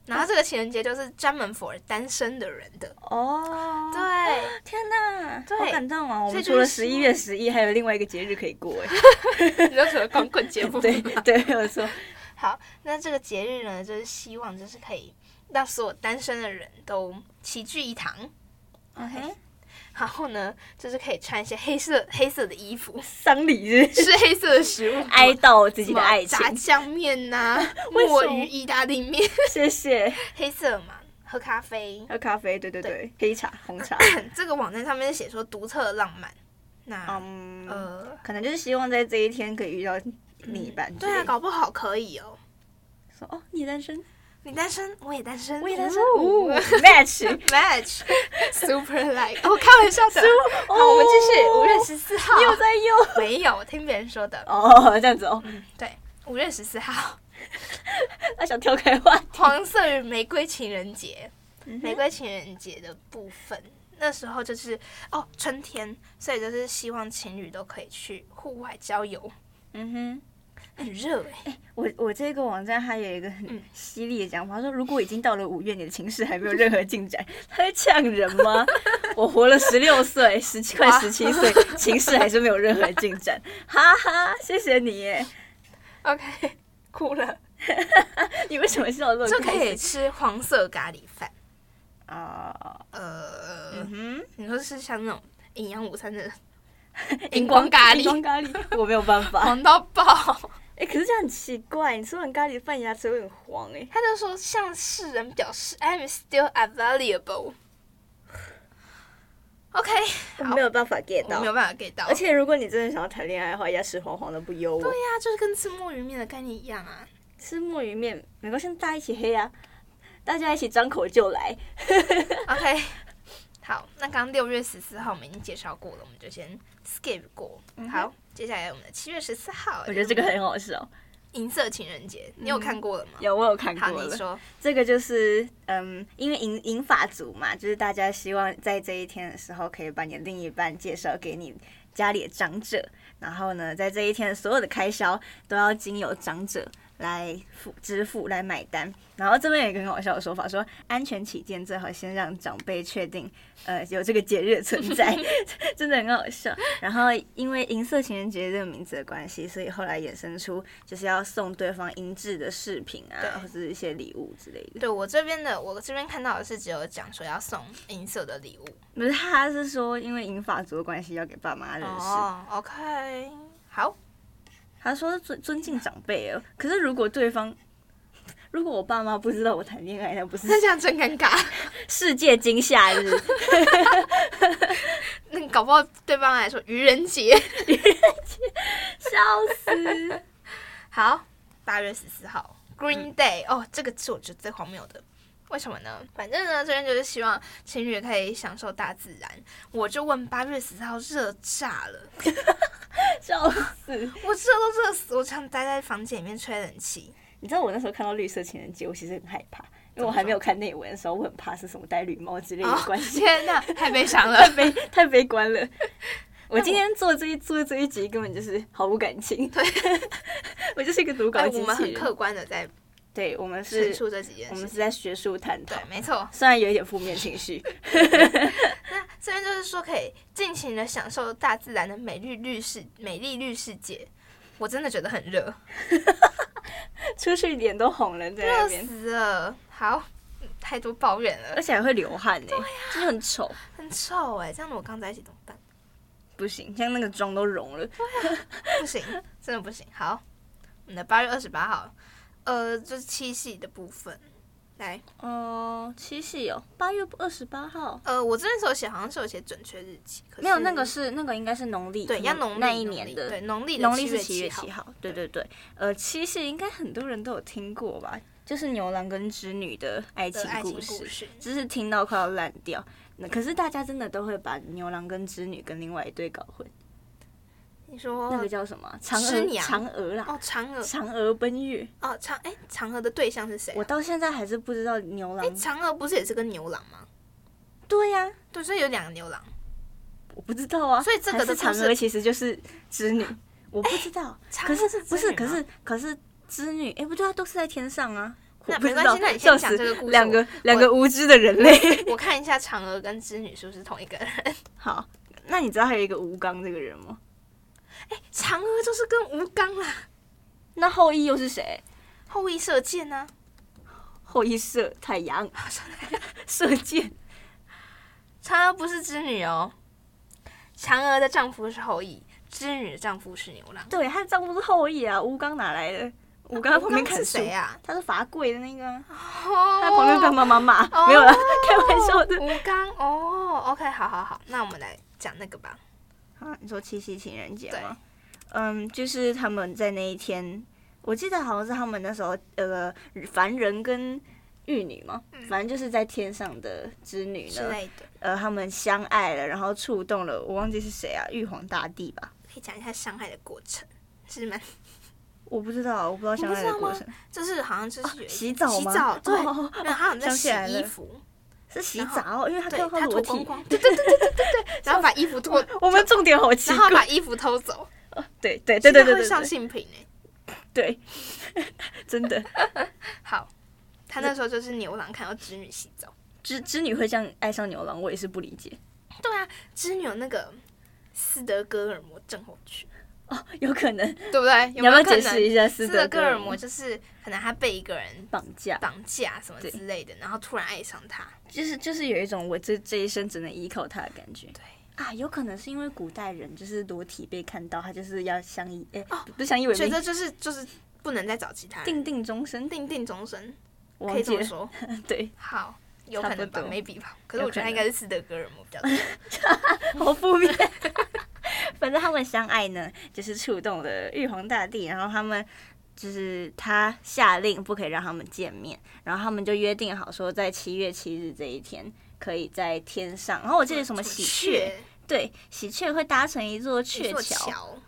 Speaker 1: 然后这个情人节就是专门 for 单身的人的，
Speaker 2: 哦，
Speaker 1: 对，
Speaker 2: 天哪，
Speaker 1: 对
Speaker 2: 好感动啊！我
Speaker 1: 所以
Speaker 2: 们
Speaker 1: 就
Speaker 2: 除了
Speaker 1: 是希
Speaker 2: 十
Speaker 1: 望
Speaker 2: 一月十一，还有另外一个节日可以 过哎。
Speaker 1: 你就除了光棍节 不
Speaker 2: 对对，没有错。
Speaker 1: 好，那这个节日呢，就是希望就是可以让所有单身的人都齐聚一堂，
Speaker 2: 嗯哼
Speaker 1: 然后呢，就是可以穿一些黑色黑色的衣服，
Speaker 2: 丧礼日，
Speaker 1: 吃黑色的食物，
Speaker 2: 哀悼自
Speaker 1: 什
Speaker 2: 己
Speaker 1: 么
Speaker 2: 的爱情
Speaker 1: 炸。酱面呐、
Speaker 2: 为什么
Speaker 1: 墨鱼意大 利面，
Speaker 2: 谢谢。
Speaker 1: 黑色嘛，喝咖啡。
Speaker 2: 喝咖啡，对对对，黑茶、红 茶。
Speaker 1: 这个网站上面是写说独特的浪漫，那、
Speaker 2: 嗯，
Speaker 1: 呃，
Speaker 2: 可能就是希望在这一天可以遇到另一半之
Speaker 1: 对
Speaker 2: 类的。
Speaker 1: 啊，搞不好可以哦。
Speaker 2: 说哦，你单身，
Speaker 1: 你单身，我也单身，
Speaker 2: 我也单身，
Speaker 1: 哦
Speaker 2: 哦 ，match。
Speaker 1: match super like，我、开玩笑 的。
Speaker 2: 哦
Speaker 1: 好，我们继续。五月十四号
Speaker 2: 你有在用？
Speaker 1: 没有，我听别人说的。
Speaker 2: 哦，这样子哦，
Speaker 1: 对，五月十四号，
Speaker 2: 他想跳开话题。
Speaker 1: 黄色与玫瑰情人节，玫
Speaker 2: 没
Speaker 1: 瑰情人节的部分，那时候就是哦春天，所以就是希望情侣都可以去户外郊游，
Speaker 2: 嗯哼。
Speaker 1: 很热哎、
Speaker 2: 我我这个网站还有一个
Speaker 1: 嗯
Speaker 2: 很犀利的讲法，他说如果已经到了五月，你的情事还没有任何进 展，他在呛人吗？ 我活了十六岁，十七快
Speaker 1: 哇
Speaker 2: 十七岁，情事还是没有任何进 展，哈哈，谢谢你耶，
Speaker 1: OK，哭了，
Speaker 2: 你为什么笑得这
Speaker 1: 就
Speaker 2: 么
Speaker 1: 可
Speaker 2: 开心？
Speaker 1: 以吃黄色咖喱饭。
Speaker 2: 啊，
Speaker 1: 呃，
Speaker 2: 嗯
Speaker 1: 你说是像那种营养午餐的
Speaker 2: 哼，
Speaker 1: 荧光咖
Speaker 2: 荧光
Speaker 1: 喱，
Speaker 2: 咖喱，哦我没有办 法。
Speaker 1: 黄到爆。
Speaker 2: 哎、可是这样很奇怪，你吃完咖喱饭牙齿会很黄哎、
Speaker 1: 他就说向世人表示 I'm still available。OK，
Speaker 2: 我
Speaker 1: 好
Speaker 2: 没有办法 get
Speaker 1: 我
Speaker 2: 到
Speaker 1: 没。有办法 get 到。
Speaker 2: 而且如果你真的想要谈恋爱的话，牙齿黄黄的不优我
Speaker 1: 对。呀、就是跟吃墨鱼面的概念一样 啊。
Speaker 2: 吃墨鱼面没关系，大家一起黑啊，大家一起张口就来。
Speaker 1: OK，好，那刚刚六月十四号我们已经介绍过了，我们就先 skip 过。
Speaker 2: 嗯哼
Speaker 1: 好，接下来我们的七月十四号，
Speaker 2: 我觉得这个很好笑，
Speaker 1: 银色情人节，你有看过了吗？
Speaker 2: 有我有看
Speaker 1: 好，
Speaker 2: 过
Speaker 1: 你
Speaker 2: 了。
Speaker 1: 说，
Speaker 2: 这个就是嗯，因为银银发族嘛，就是大家希望在这一天的时候，可以把你的另一半介绍给你家里的长者，然后呢，在这一天的所有的开销都要经由长者。来付支付来买单，然后这边有一个很好笑的说法，说安全起见，最好先让长辈确定，呃，有这个节日的存在， 真的很好笑。然后因为银色情人节这个名字的关系，所以后来衍生出就是要送对方银质的饰品
Speaker 1: 对
Speaker 2: 啊，或者是一些礼物之类的。
Speaker 1: 对我这边的，我这边看到的是只有讲说要送银色的礼物。
Speaker 2: 不是，他是说因为银发族的关系要给爸妈认识，
Speaker 1: 哦，OK，好，
Speaker 2: 他说尊尊敬长辈哦。可是如果对方， 如果我爸妈不知道我谈恋 爱，那不是
Speaker 1: 那这样真尴尬。
Speaker 2: 世界惊吓日？
Speaker 1: 那搞不好对方来说愚人节。
Speaker 2: 笑死！
Speaker 1: 好，八月十四号，Green Day、哦，这个是我觉得最荒谬的。为什么呢？反正呢，这边就是希望情侣可以享受大自然。我就问八月十四号热炸了，
Speaker 2: 笑死！
Speaker 1: 我这都热死，我想待在房间里面吹冷气。
Speaker 2: 你知道我那时候看到绿色情人节，我其实很害怕，因为
Speaker 1: 怎么
Speaker 2: 我还没
Speaker 1: 说
Speaker 2: 有看内文的时候，我很怕是什么戴绿帽之类的
Speaker 1: 哦
Speaker 2: 关系。
Speaker 1: 天哪，太悲 伤了。
Speaker 2: 太悲太悲观 了。我今天做这一做这一集根本就是毫无感情，对， 我就是一个读稿
Speaker 1: 哎，
Speaker 2: 机器
Speaker 1: 我
Speaker 2: 人。
Speaker 1: 们很客观的在
Speaker 2: 对，我们
Speaker 1: 陈
Speaker 2: 是，
Speaker 1: 述这几件
Speaker 2: 我们
Speaker 1: 事情。
Speaker 2: 是在学术探讨
Speaker 1: 对，，没错。
Speaker 2: 虽然有一点负面情绪。
Speaker 1: 那这边就是说，可以尽情的享受大自然的美丽绿世美丽绿世界。我真的觉得很热，
Speaker 2: 出去脸都红了，在那
Speaker 1: 热
Speaker 2: 边，
Speaker 1: 死了。好，嗯太多抱怨
Speaker 2: 而
Speaker 1: 了，
Speaker 2: 且还会流汗呢、就是很丑，
Speaker 1: 很臭哎、这样子我刚在一起怎么办？
Speaker 2: 不行，像那个妆都融了。
Speaker 1: 不行， 真的不行。好，我们的八月二十八号，呃，就是七夕的部分。来，
Speaker 2: 哦，七夕哦，八月二十八号，
Speaker 1: 呃，我这边所写好像是有写准确日期，可是
Speaker 2: 没有那个是那个应该是农历，
Speaker 1: 对，要农历
Speaker 2: 那一
Speaker 1: 农
Speaker 2: 年
Speaker 1: 历
Speaker 2: 的
Speaker 1: 对农历的
Speaker 2: 农历
Speaker 1: 7
Speaker 2: 是七
Speaker 1: 月
Speaker 2: 月
Speaker 1: 7
Speaker 2: 七号，对对对。呃，七夕应该很多人都有听过吧，就是牛郎跟织女的爱情
Speaker 1: 的爱情
Speaker 2: 故事
Speaker 1: 故，事。
Speaker 2: 只是听到快要烂掉。那可是大家真的都会把牛郎跟织女跟另外一对搞混，
Speaker 1: 你说
Speaker 2: 那个叫什么啊？嫦
Speaker 1: 师
Speaker 2: 娥，
Speaker 1: 哦娘
Speaker 2: 嫦娥啦，
Speaker 1: 哦，嫦娥
Speaker 2: 嫦娥奔月。
Speaker 1: 哦，嫦哎，嫦娥的对象是谁啊、
Speaker 2: 我到现在还是不知道牛
Speaker 1: 哎，
Speaker 2: 郎。
Speaker 1: 嫦娥不是也是个牛郎吗？
Speaker 2: 对呀、
Speaker 1: 对，所以有两个牛郎。
Speaker 2: 我不知道啊。
Speaker 1: 所以这个
Speaker 2: 还
Speaker 1: 的
Speaker 2: 是
Speaker 1: 故
Speaker 2: 嫦
Speaker 1: 事哎
Speaker 2: 娥其实就是织女，我不知道。
Speaker 1: 嫦
Speaker 2: 可
Speaker 1: 娥
Speaker 2: 是
Speaker 1: 是
Speaker 2: 不
Speaker 1: 织
Speaker 2: 是？
Speaker 1: 女
Speaker 2: 可
Speaker 1: 吗
Speaker 2: 是可是织女，哎、不对啊，都是在天上啊。
Speaker 1: 那
Speaker 2: 我不
Speaker 1: 没
Speaker 2: 知
Speaker 1: 关
Speaker 2: 道
Speaker 1: 系那你先
Speaker 2: 笑
Speaker 1: 讲
Speaker 2: 死
Speaker 1: 这个故事
Speaker 2: 两
Speaker 1: 我
Speaker 2: 个两
Speaker 1: 我
Speaker 2: 个无知的人 类。
Speaker 1: 我看一下嫦娥跟织女是不是同一个人？
Speaker 2: 好，那你知道还有一个吴刚这个人吗？
Speaker 1: 嫦娥就是跟吴刚啦，
Speaker 2: 那后羿又是谁？
Speaker 1: 后羿射箭呢、
Speaker 2: 后羿射太阳，
Speaker 1: 啊
Speaker 2: 射箭。
Speaker 1: 嫦娥不是织女哦，嫦娥的丈夫是后羿，织女的丈夫是牛郎。
Speaker 2: 对，她的丈夫是后羿啊，吴刚哪来的？吴刚在旁边砍
Speaker 1: 是
Speaker 2: 树
Speaker 1: 谁，啊？
Speaker 2: 他是罚跪的那个啊，
Speaker 1: 哦
Speaker 2: 他在旁边被妈妈骂，
Speaker 1: 哦
Speaker 2: 没有啦，开玩笑的。
Speaker 1: 吴刚哦，OK，好好好，那我们来讲那个吧。
Speaker 2: 啊，你说七夕情人节吗？嗯，就是他们在那一天，我记得好像是他们那时候呃，凡人跟玉女嘛，反正就是在天上的织女
Speaker 1: 嗯之
Speaker 2: 呢，
Speaker 1: 类的，
Speaker 2: 呃，他们相爱了，然后触动了，我忘记是谁啊，玉皇大帝吧？
Speaker 1: 可以讲一下相爱的过程，是吗？
Speaker 2: 我不知道，我不知道
Speaker 1: 你不
Speaker 2: 相爱的
Speaker 1: 知道
Speaker 2: 过
Speaker 1: 吗
Speaker 2: 程。
Speaker 1: 就是好像就是有一个
Speaker 2: 洗澡
Speaker 1: 洗
Speaker 2: 吗
Speaker 1: 澡对，
Speaker 2: 哦
Speaker 1: 然后他们在
Speaker 2: 想起
Speaker 1: 洗
Speaker 2: 来了
Speaker 1: 衣服，
Speaker 2: 是洗
Speaker 1: 然后
Speaker 2: 澡，因为他
Speaker 1: 对，
Speaker 2: 看到
Speaker 1: 他
Speaker 2: 裸
Speaker 1: 脱
Speaker 2: 体
Speaker 1: 光。光，对对对对对对对，然后把衣服脱，
Speaker 2: 我们重点好奇
Speaker 1: 然后
Speaker 2: 怪，
Speaker 1: 把衣服偷走，
Speaker 2: 对对对对对
Speaker 1: 现在会
Speaker 2: 对
Speaker 1: 上
Speaker 2: 对
Speaker 1: 性平哎。
Speaker 2: 对， 真的
Speaker 1: 好，他那时候就是牛郎看到织女洗澡。
Speaker 2: 织织女会这样爱上牛郎，我也是不理解
Speaker 1: 对啊，织女有那个斯德哥尔摩症候群，
Speaker 2: 哦， 有可能
Speaker 1: 对不对？有
Speaker 2: 你要不要
Speaker 1: 可
Speaker 2: 解
Speaker 1: 能
Speaker 2: 释一下斯
Speaker 1: 斯
Speaker 2: 德
Speaker 1: 德
Speaker 2: 哥
Speaker 1: 哥
Speaker 2: 尔
Speaker 1: 尔
Speaker 2: 摩
Speaker 1: 摩就是可能他被一个人
Speaker 2: 绑架？
Speaker 1: 绑架什么
Speaker 2: 对
Speaker 1: 之类的，然后突然爱上他。
Speaker 2: 就是就是有一种我这这一生只能依靠他的感觉。
Speaker 1: 对
Speaker 2: 啊，有可能是因为古代人就是裸体被看到，他就是要相依，哎、
Speaker 1: 哦
Speaker 2: 不是相依为
Speaker 1: 所以
Speaker 2: 命，
Speaker 1: 这就是就是不能再找其他人，
Speaker 2: 定定终身。
Speaker 1: 定定终身，
Speaker 2: 我
Speaker 1: 可
Speaker 2: 忘
Speaker 1: 以这
Speaker 2: 记
Speaker 1: 么
Speaker 2: 了，
Speaker 1: 说。
Speaker 2: 对，
Speaker 1: 好，有
Speaker 2: 差
Speaker 1: 可能
Speaker 2: 不
Speaker 1: 吧
Speaker 2: 多
Speaker 1: ，maybe 吧。可是
Speaker 2: 有
Speaker 1: 我
Speaker 2: 可
Speaker 1: 觉得他
Speaker 2: 能
Speaker 1: 应该是斯德哥尔摩比较多。
Speaker 2: 好负面。 反正他们相爱呢，就是触动了玉皇大帝，然后他们就是他下令不可以让他们见面，然后他们就约定好说，在七月七日这一天可以在天上，然后我记得什么喜鹊，对，喜鹊会搭成一座
Speaker 1: 一
Speaker 2: 鹊
Speaker 1: 座
Speaker 2: 桥，
Speaker 1: 桥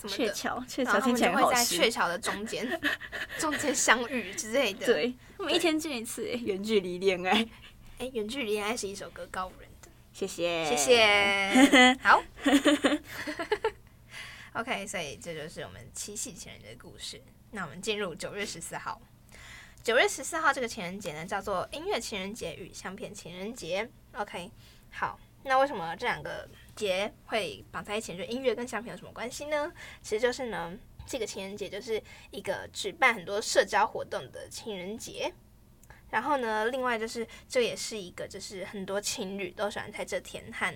Speaker 1: 什么
Speaker 2: 鹊
Speaker 1: 的。
Speaker 2: 桥，鹊
Speaker 1: 然
Speaker 2: 桥
Speaker 1: 后他
Speaker 2: 听
Speaker 1: 们
Speaker 2: 起
Speaker 1: 就
Speaker 2: 来很
Speaker 1: 会
Speaker 2: 好
Speaker 1: 在
Speaker 2: 吃
Speaker 1: 鹊。桥的中间， 中间相遇之类的。，
Speaker 2: 对，他们一
Speaker 1: 对
Speaker 2: 天见一次，哎远距离恋爱。
Speaker 1: 哎，远距离恋爱是一首歌，高五人的，
Speaker 2: 谢谢，
Speaker 1: 谢。谢。 好，OK，所以这就是我们七夕情人节的故事。那我们进入九月十四号。九月十四号这个情人节呢，叫做音乐情人节与相片情人节。OK，好，那为什么这两个节会绑在一起？就音乐跟相片有什么关系呢？其实就是呢，这个情人节就是一个举办很多社交活动的情人节。然后呢，另外就是这也是一个，就是很多情侣都喜欢在这天和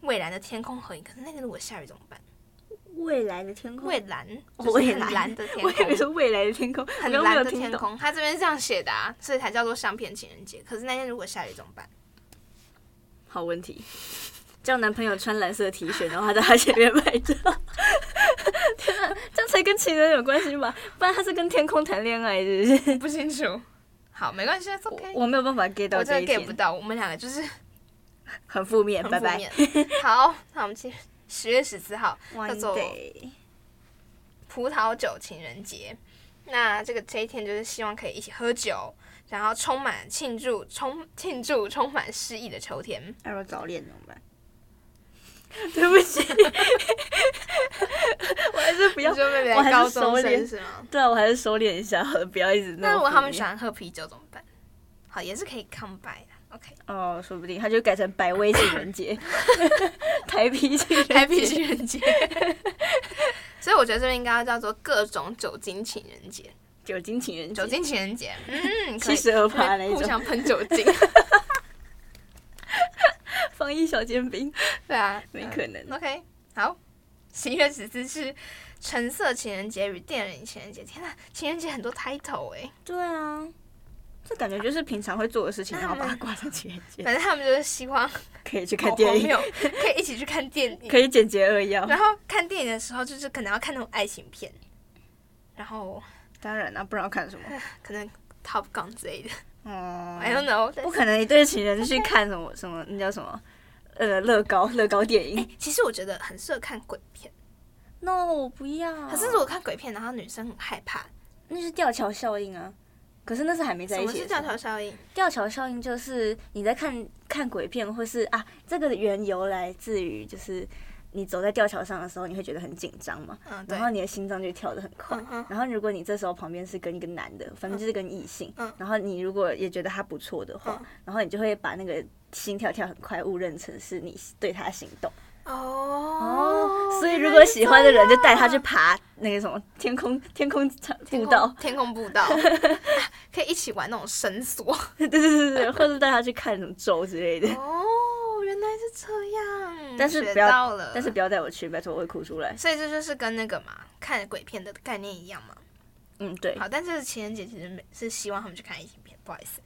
Speaker 1: 蔚蓝的天空合影。可是那个如果下雨怎么办？
Speaker 2: 未来的天空，
Speaker 1: 蔚蓝，
Speaker 2: 哦
Speaker 1: 就是
Speaker 2: 蔚
Speaker 1: 很
Speaker 2: 蓝
Speaker 1: 蓝的天
Speaker 2: 我以为
Speaker 1: 空
Speaker 2: 是。未来的天空，我刚
Speaker 1: 很
Speaker 2: 刚没有
Speaker 1: 蓝的
Speaker 2: 听
Speaker 1: 天
Speaker 2: 懂。
Speaker 1: 空，他这边是这样写的啊，所以才叫做相片情人节。可是那天如果下雨怎么办？
Speaker 2: 好问题，叫男朋友穿蓝色 T 恤，然后他在他前面拍照。天 啊，这样才跟情人有关系吧？不然他是跟天空谈恋爱，是 不是？
Speaker 1: 不清楚。好，没关系，it's 啊
Speaker 2: 我
Speaker 1: OK。
Speaker 2: 我没有办法 get 到
Speaker 1: 我
Speaker 2: 这
Speaker 1: 真
Speaker 2: 一
Speaker 1: 的 get 不
Speaker 2: 点，
Speaker 1: 到，我们两个就是
Speaker 2: 很负面，
Speaker 1: 很
Speaker 2: 拜
Speaker 1: 负
Speaker 2: 拜。
Speaker 1: 面。好，那我们去十月十四号，
Speaker 2: One
Speaker 1: 叫做
Speaker 2: day
Speaker 1: 葡萄酒情人节。那这个这一天就是希望可以一起喝酒，然后充满庆祝、充庆祝充满诗意的秋天。
Speaker 2: 要是早恋怎么办？ 对不起，我还是不要
Speaker 1: 你。说妹妹
Speaker 2: 哎我还是
Speaker 1: 在高中
Speaker 2: 熟脸
Speaker 1: 生是吗？
Speaker 2: 对啊，我还是收敛一下好了，不要一直
Speaker 1: 那
Speaker 2: 那么
Speaker 1: 如
Speaker 2: 负面。
Speaker 1: 果他们喜欢喝啤酒怎么办？好，也是可以 come by 的。OK，
Speaker 2: 哦，说不定他就改成百威情人 节， 台啤情人节，
Speaker 1: 台啤情人 节。所以我觉得这边应该要叫做各种酒精情人节，
Speaker 2: 酒精情人节，
Speaker 1: 酒精情人节。 嗯，可
Speaker 2: 七
Speaker 1: 以
Speaker 2: 十二趴那一
Speaker 1: 互
Speaker 2: 种，
Speaker 1: 相喷酒精。
Speaker 2: 防疫小煎饼，
Speaker 1: 对啊，
Speaker 2: 没
Speaker 1: 嗯
Speaker 2: 可能。
Speaker 1: OK，好，十一月十四是橙色情人节与电影情人节。天呐，情人节很多 title 哎、
Speaker 2: 对啊，这感觉就是平常会做的事情，
Speaker 1: 那
Speaker 2: 然后
Speaker 1: 他
Speaker 2: 把
Speaker 1: 们
Speaker 2: 它挂上情人节，
Speaker 1: 反正他们就是希望
Speaker 2: 可以去看电影，
Speaker 1: 好荒谬可以一起去看电影。
Speaker 2: 可以简洁扼要。
Speaker 1: 然后看电影的时候，就是可能要看那种爱情片，然后
Speaker 2: 当然啊啦、不知道看什么。
Speaker 1: 可能 Top Gun 之类的、
Speaker 2: 哦，
Speaker 1: i don't know 但
Speaker 2: 不
Speaker 1: 是。
Speaker 2: 可能一对情人去看什么什么，那叫什么？呃，乐高乐高电影。
Speaker 1: 哎其实我觉得很适合看鬼片，
Speaker 2: 哎 no，我不要。
Speaker 1: 可是如果看鬼片，然后女生很害怕，
Speaker 2: 那就是吊桥效应啊。可是那是还没在
Speaker 1: 什
Speaker 2: 一
Speaker 1: 么
Speaker 2: 起
Speaker 1: 是
Speaker 2: 的时候。
Speaker 1: 吊桥效应？
Speaker 2: 吊桥效应就是你在看看鬼片，或是啊，这个缘由来自于就是你走在吊桥上的时候，你会觉得很紧张嘛，
Speaker 1: 嗯，对
Speaker 2: 然，后你的心脏就跳得很快。
Speaker 1: 嗯嗯
Speaker 2: 然后如果你这时候旁边是跟一个男的，反正就是跟异性，
Speaker 1: 嗯
Speaker 2: 然后你如果也觉得他不错的话，
Speaker 1: 嗯
Speaker 2: 然后你就会把那个心跳跳很快误认成是你对他心动。
Speaker 1: 哦
Speaker 2: 所以
Speaker 1: 原
Speaker 2: 如
Speaker 1: 来
Speaker 2: 果
Speaker 1: 是
Speaker 2: 喜欢的人就带他
Speaker 1: 这
Speaker 2: 去
Speaker 1: 样
Speaker 2: 爬那个什么天空天空
Speaker 1: 天
Speaker 2: 步
Speaker 1: 空
Speaker 2: 道，
Speaker 1: 天空步道， 啊可以一起玩那种绳索。
Speaker 2: 对对对对对，或者带他去看什么咒之类的。
Speaker 1: 哦，原来是这样，
Speaker 2: 但是
Speaker 1: 学
Speaker 2: 不要
Speaker 1: 到了，
Speaker 2: 但是不要带我去，拜托我会哭出来。
Speaker 1: 所以这就是跟那个嘛看鬼片的概念一样嘛。
Speaker 2: 嗯，对。
Speaker 1: 好，但是情人节其实没是希望他们去看异性片，不好意思，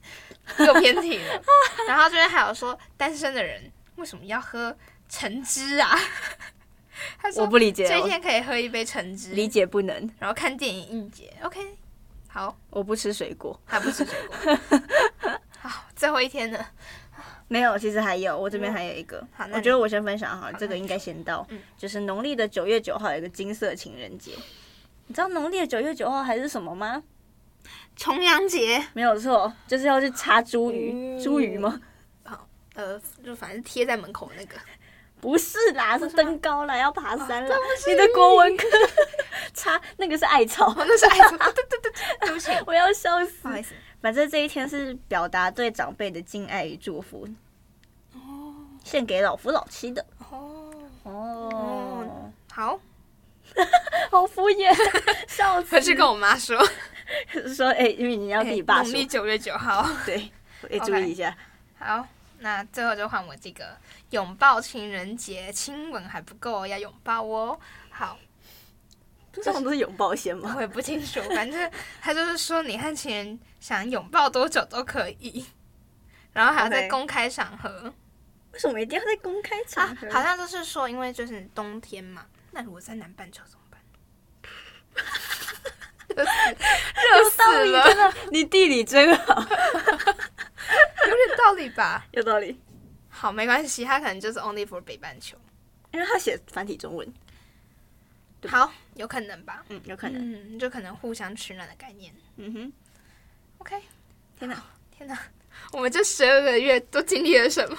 Speaker 1: 又偏题 了。然后这边还有说，单身的人为什么要喝橙汁啊？ 他
Speaker 2: 我
Speaker 1: 说
Speaker 2: 不理解，
Speaker 1: 这一
Speaker 2: 我
Speaker 1: 天可以喝一杯橙汁，
Speaker 2: 理解不能。
Speaker 1: 然后看电影应节。OK，好，
Speaker 2: 我不吃水果，
Speaker 1: 还不吃水 果。好，最后一天了。
Speaker 2: 没有，其实还有，我这边还有一个
Speaker 1: 好，那
Speaker 2: 我
Speaker 1: 你
Speaker 2: 觉得我先分享好了，
Speaker 1: 好
Speaker 2: 这
Speaker 1: 那
Speaker 2: 个应该先到
Speaker 1: 嗯，
Speaker 2: 就是农历的九月九号有一个金色情人节，你知道农历的九月九号还是什么吗？
Speaker 1: 重阳节，
Speaker 2: 没有错，就是要去查茱萸，
Speaker 1: 嗯
Speaker 2: 茱萸吗？
Speaker 1: 呃，就反正贴在门口那个，
Speaker 2: 不是啦，是登高啦，要爬山啦。你的国文课 查那个是艾 草，
Speaker 1: 哦，那是爱对对对对，对不起，
Speaker 2: 我要笑
Speaker 1: 不
Speaker 2: 死
Speaker 1: 好。意思。
Speaker 2: 反正这一天是表达对长辈的敬爱与祝福，哦献给老夫老妻的。
Speaker 1: 哦，
Speaker 2: 哦，
Speaker 1: 好，
Speaker 2: 好敷 衍，笑死！
Speaker 1: 回去跟我妈说，
Speaker 2: 说，哎、因为你要自己爸
Speaker 1: 农
Speaker 2: 说，
Speaker 1: 历九月九号。
Speaker 2: 对， 哎、
Speaker 1: OK
Speaker 2: 注意一下。
Speaker 1: 好，那最后就换我这个拥抱情人节，亲吻还不够，要拥抱哦。好，
Speaker 2: 这种不是拥抱先吗
Speaker 1: 我？也不清楚，反正他就是说你和情人想拥抱多久都可以，然后还要在
Speaker 2: OK
Speaker 1: 公开场合。
Speaker 2: 为什么一定要在公开
Speaker 1: 啊
Speaker 2: 场合？，
Speaker 1: 好像就是说，因为就是冬天嘛，那如果在南半球怎 么办？热死
Speaker 2: 道理
Speaker 1: 了，
Speaker 2: 真的， 你地理真好，
Speaker 1: 有点道理吧？
Speaker 2: 有道理。
Speaker 1: 好，没关系，它可能就是 only for 北半球。
Speaker 2: 因为他写繁体中文，对
Speaker 1: 好，有可能吧？
Speaker 2: 嗯，有可能。
Speaker 1: 嗯，就可能互相取暖的概念。
Speaker 2: 嗯哼，
Speaker 1: OK，
Speaker 2: 天哪，
Speaker 1: 天哪，我们这十二个月都经历了什么？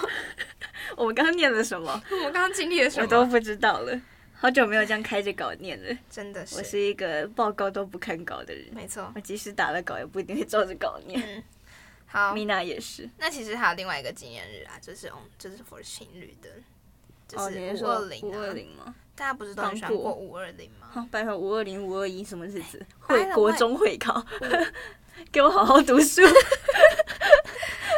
Speaker 2: 我们刚刚念了什么？
Speaker 1: 我们刚刚经历了什
Speaker 2: 我都
Speaker 1: 么？
Speaker 2: 不知道了。好久没有这样开着稿念了。
Speaker 1: 真的
Speaker 2: 我
Speaker 1: 是，
Speaker 2: 是一个报告都不看稿的人，
Speaker 1: 没错。
Speaker 2: 我即使打了稿，也不一定会照着稿念。
Speaker 1: 好，
Speaker 2: 米娜也是，
Speaker 1: 那其实还有另外一个纪念日啊，就是哦，就是 for 情侣的，就
Speaker 2: 哦，
Speaker 1: 是
Speaker 2: 你是
Speaker 1: 五
Speaker 2: 说
Speaker 1: 二零
Speaker 2: 五
Speaker 1: 啊
Speaker 2: 二。零吗？
Speaker 1: 大家不是都很喜欢
Speaker 2: 放过
Speaker 1: 过五二零吗？
Speaker 2: 好，拜托五二零五二一什么日子？
Speaker 1: 哎
Speaker 2: 会
Speaker 1: 拜了
Speaker 2: 国
Speaker 1: 拜
Speaker 2: 中会考， 给我好好读书。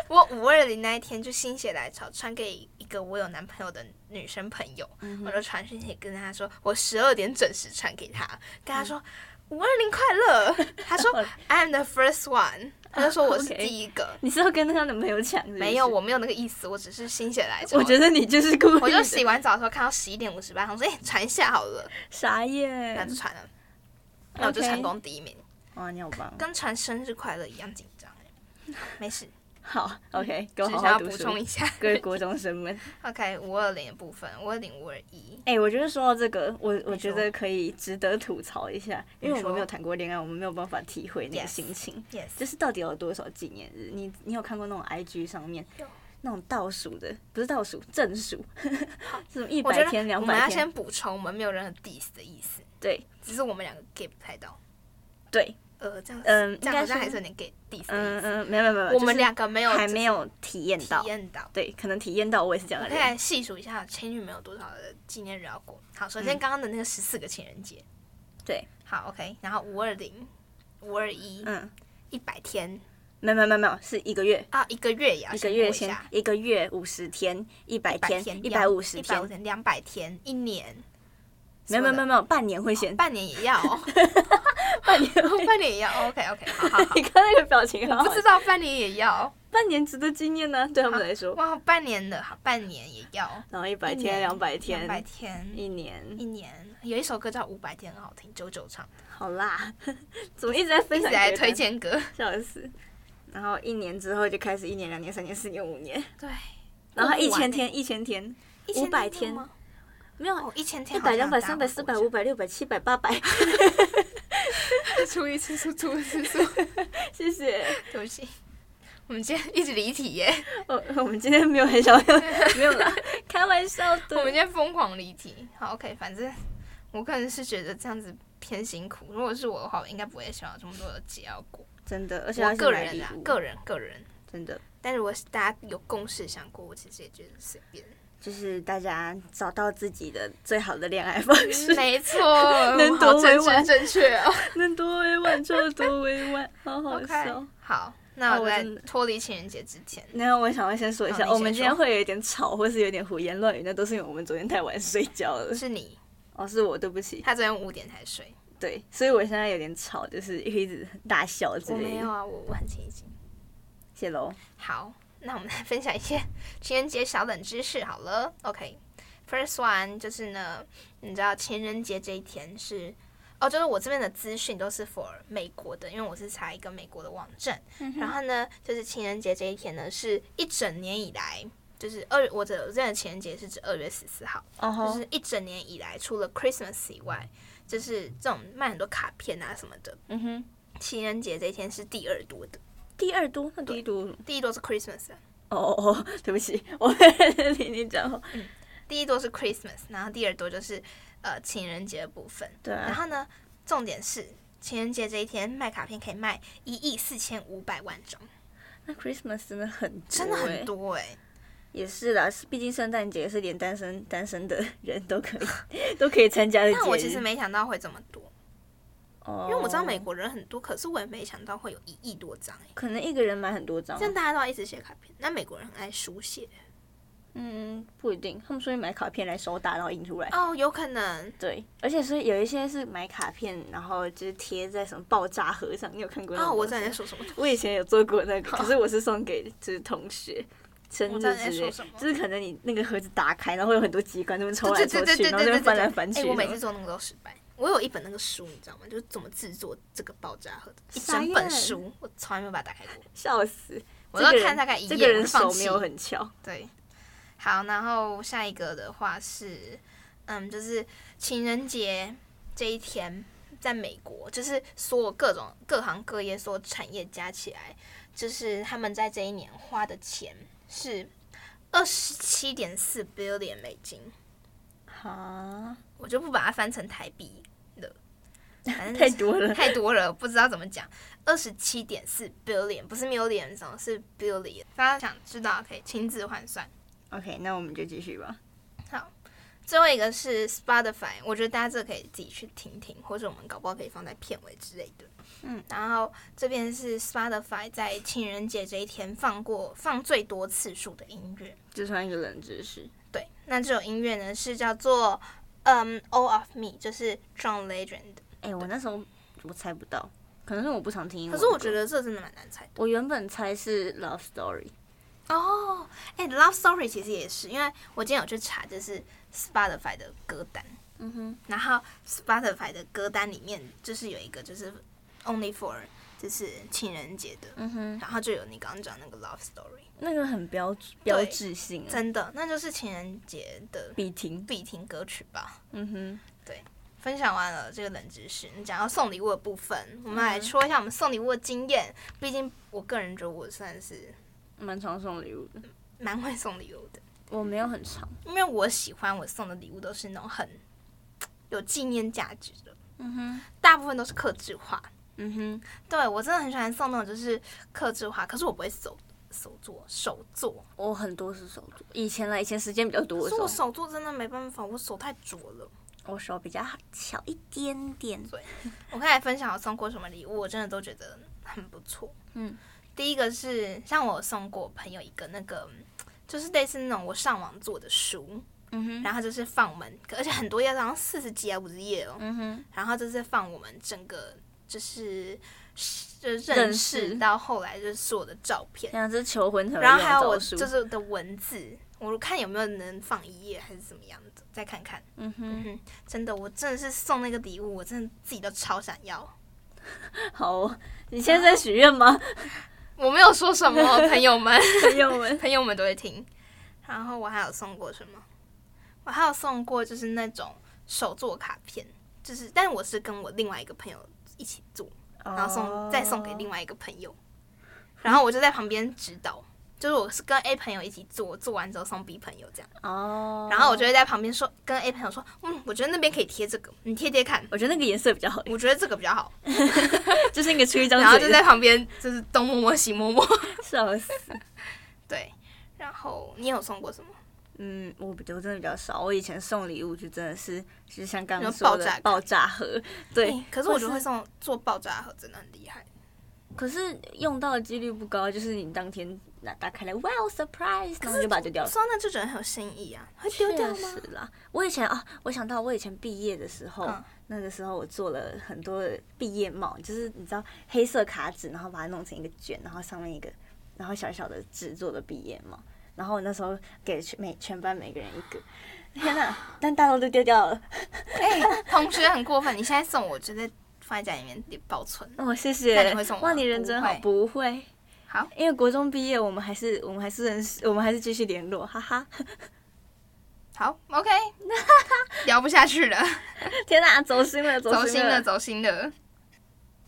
Speaker 1: 我五二零那一天就心血来潮，传给一个我有男朋友的女生朋友，
Speaker 2: 嗯
Speaker 1: 我就传讯息跟她说，我十二点准时传给她，跟
Speaker 2: 嗯
Speaker 1: 她说五二零快 乐。她说
Speaker 2: 哦
Speaker 1: I'm the first one，她就说我是
Speaker 2: OK
Speaker 1: 第一个。
Speaker 2: 你是要跟她男朋友抢是不是？
Speaker 1: 没有，我没有那个意思，我只是心血来 潮。
Speaker 2: 我觉得你就是故意的。
Speaker 1: 我就洗完澡的时候看到十一点五十八，我说哎传一下好了，
Speaker 2: 傻
Speaker 1: 那
Speaker 2: 眼
Speaker 1: 就。传了，那我就
Speaker 2: OK
Speaker 1: 成功第一名，
Speaker 2: 哇，你好棒。
Speaker 1: 跟传生日快乐一样紧张、哎没 事，
Speaker 2: 好，OK，给
Speaker 1: 只
Speaker 2: 我
Speaker 1: 是
Speaker 2: 好好
Speaker 1: 想要
Speaker 2: 读
Speaker 1: 补
Speaker 2: 书。
Speaker 1: 充一下。
Speaker 2: 各位国中生 们，
Speaker 1: OK，五二零的部分，五二零五二一，
Speaker 2: 哎、我觉得说到这个，我我
Speaker 1: 你
Speaker 2: 觉
Speaker 1: 说
Speaker 2: 得可以值得吐槽一下，因为我们
Speaker 1: 你说
Speaker 2: 没有谈过恋爱，我们没有办法体会那个
Speaker 1: Yes
Speaker 2: 心情。
Speaker 1: yes，
Speaker 2: 就是到底有多少纪念日？你你有看过那种 IG 上面
Speaker 1: 有
Speaker 2: 那种倒数的，不是倒数，正数， 什么一
Speaker 1: 我觉
Speaker 2: 百
Speaker 1: 得
Speaker 2: 天、两
Speaker 1: 我们
Speaker 2: 百
Speaker 1: 要
Speaker 2: 天？
Speaker 1: 先补充，我们没有任何 diss 的意思，
Speaker 2: 对
Speaker 1: 只是我们两个 get 不太到。
Speaker 2: 对，
Speaker 1: 呃，这样子，
Speaker 2: 嗯
Speaker 1: 这样好
Speaker 2: 应该
Speaker 1: 像
Speaker 2: 是
Speaker 1: 还是有点 get diss 的
Speaker 2: 嗯
Speaker 1: 意思。
Speaker 2: 嗯，没有没有没有，
Speaker 1: 我
Speaker 2: 就是
Speaker 1: 们两个没有
Speaker 2: 还没有体验
Speaker 1: 体
Speaker 2: 到，
Speaker 1: 验到。
Speaker 2: 对，可能体验到我也是这样
Speaker 1: 我
Speaker 2: 的
Speaker 1: 可以
Speaker 2: 人。
Speaker 1: 来细数一下情侣们有多少的纪念日要过。好，首先
Speaker 2: 嗯
Speaker 1: 刚刚的那个十四个情人节，
Speaker 2: 对，
Speaker 1: 好 OK，然后五二零、五二一、
Speaker 2: 嗯，
Speaker 1: 一百天
Speaker 2: 没有没有没有没有，是一个月，
Speaker 1: 啊，一个月也要
Speaker 2: 一个
Speaker 1: 先
Speaker 2: 月
Speaker 1: 过
Speaker 2: 先
Speaker 1: 下
Speaker 2: 一个月五十天，一百
Speaker 1: 100
Speaker 2: 天，
Speaker 1: 天、
Speaker 2: 一百五十
Speaker 1: 一百五
Speaker 2: 天，
Speaker 1: 十、两百天、一年，
Speaker 2: 没有没有没
Speaker 1: 有。
Speaker 2: 有没有，半年会先，
Speaker 1: 半年也要、哦，
Speaker 2: 半年会。，
Speaker 1: 半年也要。OK OK，好好好
Speaker 2: 你看那个表情 好好
Speaker 1: 不知
Speaker 2: 笑，
Speaker 1: 道半年也要，
Speaker 2: 半年值得纪念呢，对他们来说。
Speaker 1: 哇，半年的，好半年也要，
Speaker 2: 然后一百天、两百
Speaker 1: 两百
Speaker 2: 天、
Speaker 1: 天，
Speaker 2: 一年，
Speaker 1: 一年。有一首歌叫《五百天》，很好听，九九唱，
Speaker 2: 好啦， 怎么一直在
Speaker 1: 一
Speaker 2: 分
Speaker 1: 直
Speaker 2: 享？
Speaker 1: 在推，荐歌。
Speaker 2: 笑死。然后一年之后就开始一年、两年、三年、四年、五年，
Speaker 1: 对，
Speaker 2: 然后
Speaker 1: 过不
Speaker 2: 一
Speaker 1: 完
Speaker 2: 千
Speaker 1: 欸
Speaker 2: 天、一千天，
Speaker 1: 一千
Speaker 2: 500
Speaker 1: 天够吗，
Speaker 2: 没有
Speaker 1: 哦，一千
Speaker 2: 一
Speaker 1: 天好
Speaker 2: 百、
Speaker 1: 像
Speaker 2: 两百、
Speaker 1: 大家
Speaker 2: 三百、
Speaker 1: 会
Speaker 2: 四
Speaker 1: 过
Speaker 2: 百、
Speaker 1: 去
Speaker 2: 五百、六百、七百、八百，
Speaker 1: 初一吃素，初一吃素，
Speaker 2: 谢谢。
Speaker 1: 对不起。我们今天一直离题耶，
Speaker 2: 我我们今天没有很想 要，没有啦， 开玩笑的。
Speaker 1: 我们今天疯狂离题。好，OK，反正我个人是觉得这样子偏辛苦。如果是我的话，我应该不会想要这么多的解药果。
Speaker 2: 真的，而且
Speaker 1: 我
Speaker 2: 还是
Speaker 1: 个
Speaker 2: 买
Speaker 1: 人
Speaker 2: 礼
Speaker 1: 啊
Speaker 2: 物，
Speaker 1: 个人个人。
Speaker 2: 真的
Speaker 1: 但如果是大家有共识想过，我其实也觉得随 便。
Speaker 2: 就是大家找到自己的最好的恋爱方式，
Speaker 1: 没错，
Speaker 2: 能
Speaker 1: 好
Speaker 2: 多
Speaker 1: 政
Speaker 2: 委
Speaker 1: 治
Speaker 2: 婉
Speaker 1: 正确哦。
Speaker 2: 能多委婉就多委婉，好好
Speaker 1: OK，
Speaker 2: 笑。
Speaker 1: 好，那
Speaker 2: 哦
Speaker 1: 我
Speaker 2: 我
Speaker 1: 在
Speaker 2: 真的
Speaker 1: 脱离情人节之前，
Speaker 2: 那我想要先说一下，
Speaker 1: 好你
Speaker 2: 我们
Speaker 1: 先
Speaker 2: 今天
Speaker 1: 说
Speaker 2: 会有一点吵，或是有点胡言乱语，那都是因为我们昨天太晚睡觉了。
Speaker 1: 是你，
Speaker 2: 哦，是我，对不起，
Speaker 1: 他昨天五点才睡，
Speaker 2: 对，所以我现在有点吵，就是一直大笑之
Speaker 1: 我
Speaker 2: 类
Speaker 1: 没有
Speaker 2: 的。
Speaker 1: 啊，我我很清醒。
Speaker 2: 谢喽。
Speaker 1: 好，那我们来分享一些 情人节小冷知识好了。OK，first、one 就是呢，你知道情人节这一天是哦，就是我这边的资讯都是 for 美国的，因为我是查一个美国的网站。然后呢，就是情人节这一天呢，是一整年以来，就是二我的我这边的情人节是指二月十四号。
Speaker 2: 哦吼
Speaker 1: 就是一整年以来，除了 Christmas 以外，就是这种卖很多卡片啊什么的，
Speaker 2: 嗯哼，
Speaker 1: 情人节这一天是第二多的，
Speaker 2: 第二多，那第一多，
Speaker 1: 第一多是 Christmas，啊
Speaker 2: 哦哦哦，对不起， 我没听你讲话。
Speaker 1: 第一多是 Christmas，然后第二多就是呃情人节的部分。
Speaker 2: 对
Speaker 1: 然
Speaker 2: 啊，
Speaker 1: 后呢，重点是情人节这一天卖卡片可以卖一亿四千五百万张，
Speaker 2: 那 Christmas 真的很多
Speaker 1: 真的
Speaker 2: 欸
Speaker 1: 很多哎、
Speaker 2: 也是啦，是毕竟圣诞节是连单身单身的人都可以 都可以参加的节日。
Speaker 1: 但我其实没想到会这么多，
Speaker 2: 哦，
Speaker 1: 因为我知道美国人很多，可是我也没想到会有一亿多张哎、
Speaker 2: 可能一个人买很多张
Speaker 1: 这，样大家都要一直写卡片，那美国人很爱书写
Speaker 2: 嗯，不一定，他们说买卡片来手打，然后印出来。
Speaker 1: 哦，有可能
Speaker 2: 对，而且所以有一些是买卡片，然后就是贴在什么爆炸盒上，你有看过那种
Speaker 1: 哦，我
Speaker 2: 东
Speaker 1: 知道
Speaker 2: 西
Speaker 1: 你在说什么。
Speaker 2: 我以前有做过 那个，可是我是送给就是同学生
Speaker 1: 我
Speaker 2: 日
Speaker 1: 知道你在
Speaker 2: 之类
Speaker 1: 说什么，
Speaker 2: 就是可能你那个盒子打开，然后会有很多机关，那边抽来
Speaker 1: 对
Speaker 2: 抽
Speaker 1: 对对
Speaker 2: 去，
Speaker 1: 对
Speaker 2: 然后
Speaker 1: 对
Speaker 2: 那
Speaker 1: 对
Speaker 2: 边翻
Speaker 1: 对，
Speaker 2: 来翻去
Speaker 1: 哎、
Speaker 2: 的。
Speaker 1: 我每次做那个都失败。我有一本那个书，你知道吗？就是怎么制作这个爆炸盒的，一
Speaker 2: 傻
Speaker 1: 整本
Speaker 2: 眼
Speaker 1: 书，我从来没有把它打开过。
Speaker 2: 笑死，
Speaker 1: 我
Speaker 2: 这个
Speaker 1: 都
Speaker 2: 人
Speaker 1: 看大概一
Speaker 2: 这个
Speaker 1: 页，我
Speaker 2: 人
Speaker 1: 就放
Speaker 2: 手没
Speaker 1: 弃。
Speaker 2: 有很巧。
Speaker 1: 对，好，然后下一个的话是，嗯，就是情人节这一天，在美国，就是所有各种各行各业、所有产业加起来，就是他们在这一年花的钱是二十七点四 billion 美金。
Speaker 2: 哈，
Speaker 1: 我就不把它翻成台币了，反正就
Speaker 2: 太
Speaker 1: 是
Speaker 2: 多 了。
Speaker 1: 太多了，不知道怎么讲。二十七点四 billion，不是 million 哦，是 billion。大家想知道可以亲自换算。
Speaker 2: OK，那我们就继续吧。
Speaker 1: 最后一个是 Spotify，我觉得大家这可以自己去听听，或者我们搞不好可以放在片尾之类的。
Speaker 2: 嗯，
Speaker 1: 然后这边是 Spotify 在情人节这一天放过放最多次数的音乐。
Speaker 2: 就算一个冷知识，
Speaker 1: 对，那这首音乐呢是叫做嗯《All of Me》，就是 John Legend 的。
Speaker 2: 哎、我那时候我猜不到，可能是我不常听英
Speaker 1: 可
Speaker 2: 文
Speaker 1: 是
Speaker 2: 歌。
Speaker 1: 我觉得这真的蛮难猜的。
Speaker 2: 我原本猜是 Love Story，
Speaker 1: 哦，哎、l o v e Story 其实也是，因为我今天有去查，就是 Spotify 的歌单，
Speaker 2: 嗯哼，
Speaker 1: 然后 Spotify 的歌单里面就是有一个就是 Only for 就是情人节的，
Speaker 2: 嗯哼，
Speaker 1: 然后就有你刚刚讲那个 Love Story，
Speaker 2: 那个很标志标志性啊，
Speaker 1: 真的，那就是情人节的
Speaker 2: 必听。
Speaker 1: 必听歌曲吧。
Speaker 2: 嗯哼，
Speaker 1: 分享完了这个冷知识，你讲到送礼物的部分，我们来说一下我们送礼物的经验。毕竟我个人觉得我算是
Speaker 2: 蛮常送礼物的，
Speaker 1: 蛮会送礼物的。
Speaker 2: 我没有很常。
Speaker 1: 因为我喜欢我送的礼物都是那种很有纪念价值的，
Speaker 2: 嗯哼，
Speaker 1: 大部分都是克制化。
Speaker 2: 嗯哼，
Speaker 1: 对我真的很喜欢送那种就是克制化，可是我不会手手做手做，
Speaker 2: 我很多是手做，以前啦，以前时间比较多
Speaker 1: 可
Speaker 2: 的
Speaker 1: 是
Speaker 2: 时
Speaker 1: 我
Speaker 2: 候，
Speaker 1: 手做真的没办法，我手太拙了。
Speaker 2: 我手比较巧一点点。
Speaker 1: 我刚才分享我送过什么礼物，我真的都觉得很不错。
Speaker 2: 嗯，
Speaker 1: 第一个是像我有送过我朋友一个那个，就是类似那种我上网做的书，
Speaker 2: 嗯哼，
Speaker 1: 然后就是放我们，而且很多页，好像四十几啊五十页哦。
Speaker 2: 嗯哼，
Speaker 1: 然后就是放我们整个就是就是认
Speaker 2: 认
Speaker 1: 识
Speaker 2: 识
Speaker 1: 到后来就是所有的照片，
Speaker 2: 像是求婚才会
Speaker 1: 然后
Speaker 2: 用
Speaker 1: 还有
Speaker 2: 的
Speaker 1: 我
Speaker 2: 招数
Speaker 1: 就是我的文字，我看有没有能放一页还是怎么样的，再看看。
Speaker 2: 嗯哼，
Speaker 1: 嗯哼，真的，我真的是送那个礼物，我真的自己都超想要。
Speaker 2: 好哦，你现在在许愿 吗？
Speaker 1: 我没有说什么，朋友们，
Speaker 2: 朋友们，
Speaker 1: 朋友们都会听。然后我还有送过什么？我还有送过就是那种手作卡片，就是，但我是跟我另外一个朋友一起做， 然
Speaker 2: 然
Speaker 1: 后
Speaker 2: 哦
Speaker 1: 送再送给另外一个朋友，然后我就在旁边指导，就是我是跟 A 朋友一起做，做完之后送 B 朋友这样，
Speaker 2: 哦，
Speaker 1: 然后我就会在旁边说跟 A 朋友说，嗯，我觉得那边可以贴这个，你贴贴看，
Speaker 2: 我觉得那个颜色比较好，
Speaker 1: 我觉得这个比较好，
Speaker 2: 就是那个出一张
Speaker 1: 然后
Speaker 2: 嘴
Speaker 1: 就
Speaker 2: 的，
Speaker 1: 在旁边就是东摸摸西摸摸，
Speaker 2: 笑死。
Speaker 1: 对，然后你有送过什么？
Speaker 2: 嗯，我比我真的比较少，我以前送礼物就真的是，就是像刚刚
Speaker 1: 那种
Speaker 2: 说
Speaker 1: 爆
Speaker 2: 的
Speaker 1: 炸感
Speaker 2: 爆炸嗯盒，对，
Speaker 1: 欸可是我
Speaker 2: 或
Speaker 1: 觉得会送做爆炸盒真的很厉害。
Speaker 2: 可是用到的几率不高，就是你当天拿打开来，哇哦，surprise，然后就把它丢掉了。
Speaker 1: 说到那就觉得很有新意啊，会丢掉
Speaker 2: 确
Speaker 1: 吗
Speaker 2: 实？啦，我以前啊，我想到我以前毕业的时候，
Speaker 1: 嗯
Speaker 2: 那个时候我做了很多的毕业帽，就是你知道黑色卡纸，然后把它弄成一个卷，然后上面一个，然后小小的纸做的毕业帽。然后我那时候给全每全班每个人一个，天哪！ 但大家都丢掉了。
Speaker 1: 哎、同学很过分，你现在送我，就在放在家里面保存。
Speaker 2: 哦，谢谢。
Speaker 1: 那你会送
Speaker 2: 哇，
Speaker 1: 吗
Speaker 2: 你人真好。不会。
Speaker 1: 好，
Speaker 2: 因为国中毕业，我们还是我们还是认识，我们还是继续联络，哈哈。
Speaker 1: 好，OK，聊不下去了，
Speaker 2: 天哪，走心了，
Speaker 1: 走
Speaker 2: 心
Speaker 1: 心了，走心了。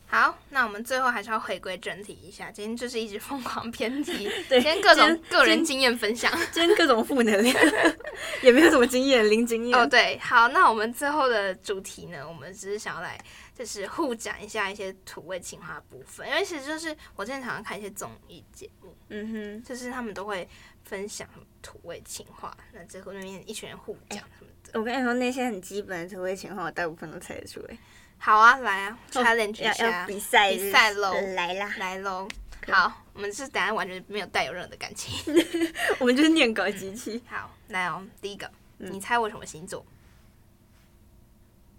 Speaker 1: 好，那我们最后还是要回归正题一下，今天就是一直疯狂偏题，
Speaker 2: 对
Speaker 1: 今天各种
Speaker 2: 今天
Speaker 1: 个人经验 分享。
Speaker 2: 今天各种负能量， 也没有什么经验，零经验。
Speaker 1: 哦，对，好，那我们最后的主题呢，我们只是想要来就是互讲一下一些土味情话的部分，因为其实就是我之前常常看一些综艺节目，
Speaker 2: 嗯哼，
Speaker 1: 就是他们都会分享土味情话，那最后那边一群人互讲
Speaker 2: 哎
Speaker 1: 什么的。
Speaker 2: 我跟你说，那些很基本的土味情话，我大部分都猜得出来。
Speaker 1: 好啊，来啊，challenge 一
Speaker 2: 哦要
Speaker 1: 下
Speaker 2: 要，比赛
Speaker 1: 比赛
Speaker 2: 喽
Speaker 1: 喽，
Speaker 2: 来啦！
Speaker 1: 来喽。好，我们是等下完全没有带有任何的感情。
Speaker 2: 我们就是念稿机器。
Speaker 1: 好，来哦，第一个，
Speaker 2: 嗯
Speaker 1: 你猜我什么星座？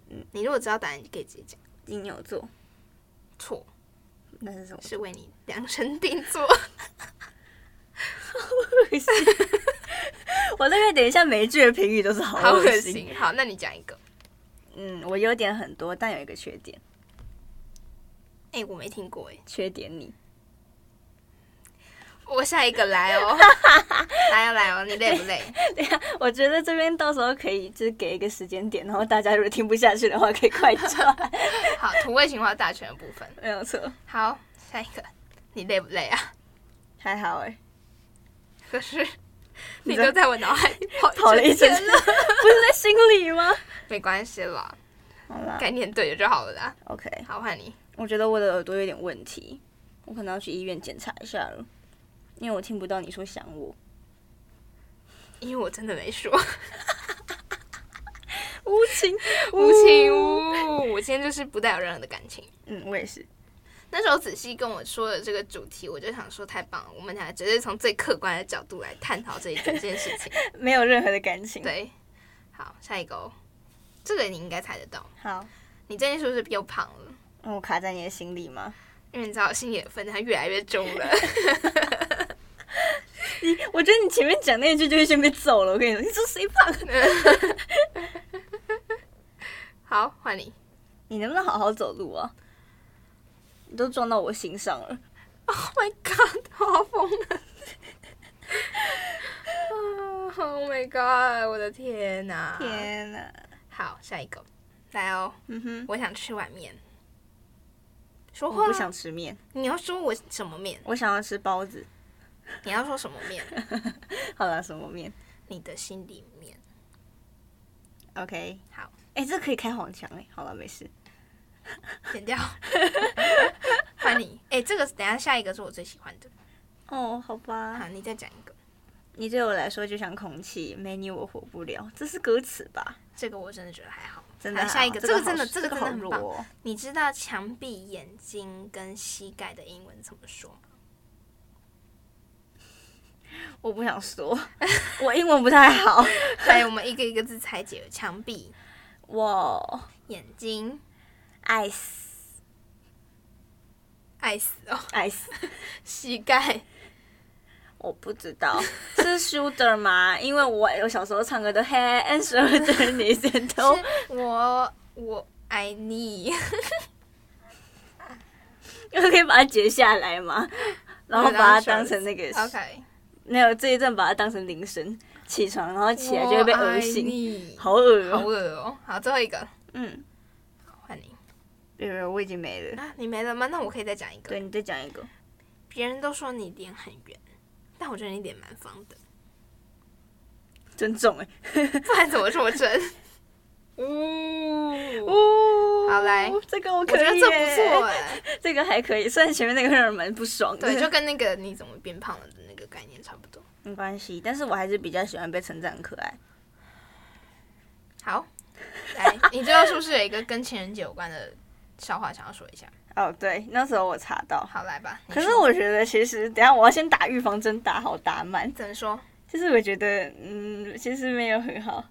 Speaker 2: 嗯
Speaker 1: 你如果知道答案，你可以直接讲。
Speaker 2: 金牛座，
Speaker 1: 错，
Speaker 2: 那是什么？
Speaker 1: 是为你量身定做。
Speaker 2: 我大概等一下每一句的评语都是 好
Speaker 1: 好
Speaker 2: 恶
Speaker 1: 恶心。好，那你讲一个。
Speaker 2: 嗯，我优点很多，但有一个缺点，
Speaker 1: 哎、我没听过哎、
Speaker 2: 缺点你。
Speaker 1: 我下一个来 哦，来哦来哦，你累不累？
Speaker 2: 对呀，我觉得这边到时候可以就是给一个时间点，然后大家如果听不下去的话，可以快转。
Speaker 1: 好，土味情话大全的部分。
Speaker 2: 没有错，
Speaker 1: 好，下一个，你累不累啊？
Speaker 2: 还好哎、
Speaker 1: 可是
Speaker 2: 你
Speaker 1: 你
Speaker 2: 在
Speaker 1: 都在我脑海里跑
Speaker 2: 跑了一
Speaker 1: 圈
Speaker 2: 整圈，
Speaker 1: 了，
Speaker 2: 不是在心里吗？
Speaker 1: 没关系啦，
Speaker 2: 好啦
Speaker 1: 概念对了就好了啦。
Speaker 2: ，OK，
Speaker 1: 好，换你。
Speaker 2: 我觉得我的耳朵有点问题，我可能要去医院检查一下了，因为我听不到你说想我。
Speaker 1: 因为我真的没说，
Speaker 2: 无情，
Speaker 1: 无情。无，我今天就是不带有任何的感情。
Speaker 2: 嗯，我也是。
Speaker 1: 那时候子熙跟我说的这个主题，我就想说太棒了，我们俩绝对从最客观的角度来探讨这一整件事 情。
Speaker 2: 没有任何的感情。，
Speaker 1: 对，好，下一个、哦，这个你应该猜得到。
Speaker 2: 好，
Speaker 1: 你最近是不是又胖了？
Speaker 2: 那我卡在你的心里吗？
Speaker 1: 因为你知道我心里的分它越来越重了。
Speaker 2: 你，我觉得你前面讲那一句就会先被揍了。我跟你说，你说谁胖？
Speaker 1: 好，换你。
Speaker 2: 你能不能好好走路啊？你都撞到我心上了。
Speaker 1: Oh my god，好疯了！ 啊 Oh my god，我的天哪！！
Speaker 2: 天哪、
Speaker 1: 好，下一个，来哦，
Speaker 2: 嗯哼，
Speaker 1: 我想吃碗面。说话
Speaker 2: 我
Speaker 1: 啦
Speaker 2: 不想，吃面，
Speaker 1: 你要说我什 么面？
Speaker 2: 我想要吃包子。
Speaker 1: 你要说什么面？
Speaker 2: 好了，什么面
Speaker 1: 你的心里 面。
Speaker 2: ？OK，
Speaker 1: 好，
Speaker 2: 哎、这可以开黄腔哎、好了，没事。
Speaker 1: 剪 掉。换你。哎、这个等一下下一个是我最喜欢的。
Speaker 2: 哦，好吧
Speaker 1: 好，你再讲一个。
Speaker 2: 你对我来说就像空气，没你我活不了，这是歌词吧？
Speaker 1: 这个我真的觉得还好。
Speaker 2: 真的
Speaker 1: 好
Speaker 2: 还好。
Speaker 1: 下一个，这
Speaker 2: 这
Speaker 1: 个真的，
Speaker 2: 好
Speaker 1: 这个真的
Speaker 2: 好
Speaker 1: 很
Speaker 2: 弱
Speaker 1: 棒。
Speaker 2: 哦。
Speaker 1: 你知道墙壁、眼睛跟膝盖的英文怎么说 吗？
Speaker 2: 我不想 说，我英文不太好。
Speaker 1: 来，我们一个一个字拆解：墙壁、
Speaker 2: 我
Speaker 1: 眼睛、
Speaker 2: 爱死
Speaker 1: 爱死哦，
Speaker 2: 爱死，
Speaker 1: 膝盖。
Speaker 2: 我不知道是 shooter 吗？因为我我小时候唱歌都 head and shoulder，你先都
Speaker 1: 是我我爱你，
Speaker 2: 可以把它截下来嘛，然后把它当成那个
Speaker 1: OK，
Speaker 2: 没有这一阵把它当成铃声，起床然后起来就会被
Speaker 1: 我爱
Speaker 2: 恶心，
Speaker 1: 你
Speaker 2: 好恶
Speaker 1: 好
Speaker 2: 哦、
Speaker 1: 恶哦。好，最后一个
Speaker 2: 嗯，
Speaker 1: 换你。
Speaker 2: 对对，我已经没了。
Speaker 1: 啊，你没了吗？那我可以再讲一个
Speaker 2: 对。你再讲一个，
Speaker 1: 别人都说你脸很圆，但我觉得你脸蛮方的，
Speaker 2: 真重哎、
Speaker 1: 不然怎么说 真？
Speaker 2: 哦
Speaker 1: 哦好来，我
Speaker 2: 这个我可
Speaker 1: 觉
Speaker 2: 以耶，
Speaker 1: 得这不错哎、
Speaker 2: 这个还可以。虽然前面那个让人蛮不爽的，
Speaker 1: 对，就跟那个你怎么变胖了的那个概念差不多。
Speaker 2: 没关系。但是我还是比较喜欢被称赞可爱。
Speaker 1: 好，来，你最后是不是有一个跟情人节有关的笑话想要说一下？
Speaker 2: 哦，对，那时候我查到。
Speaker 1: 好，来吧。你
Speaker 2: 可是
Speaker 1: 说
Speaker 2: 我觉得，其实等一下我要先打预防针，打好打满。
Speaker 1: 怎么说？
Speaker 2: 就是我觉得，嗯，其实没有很好。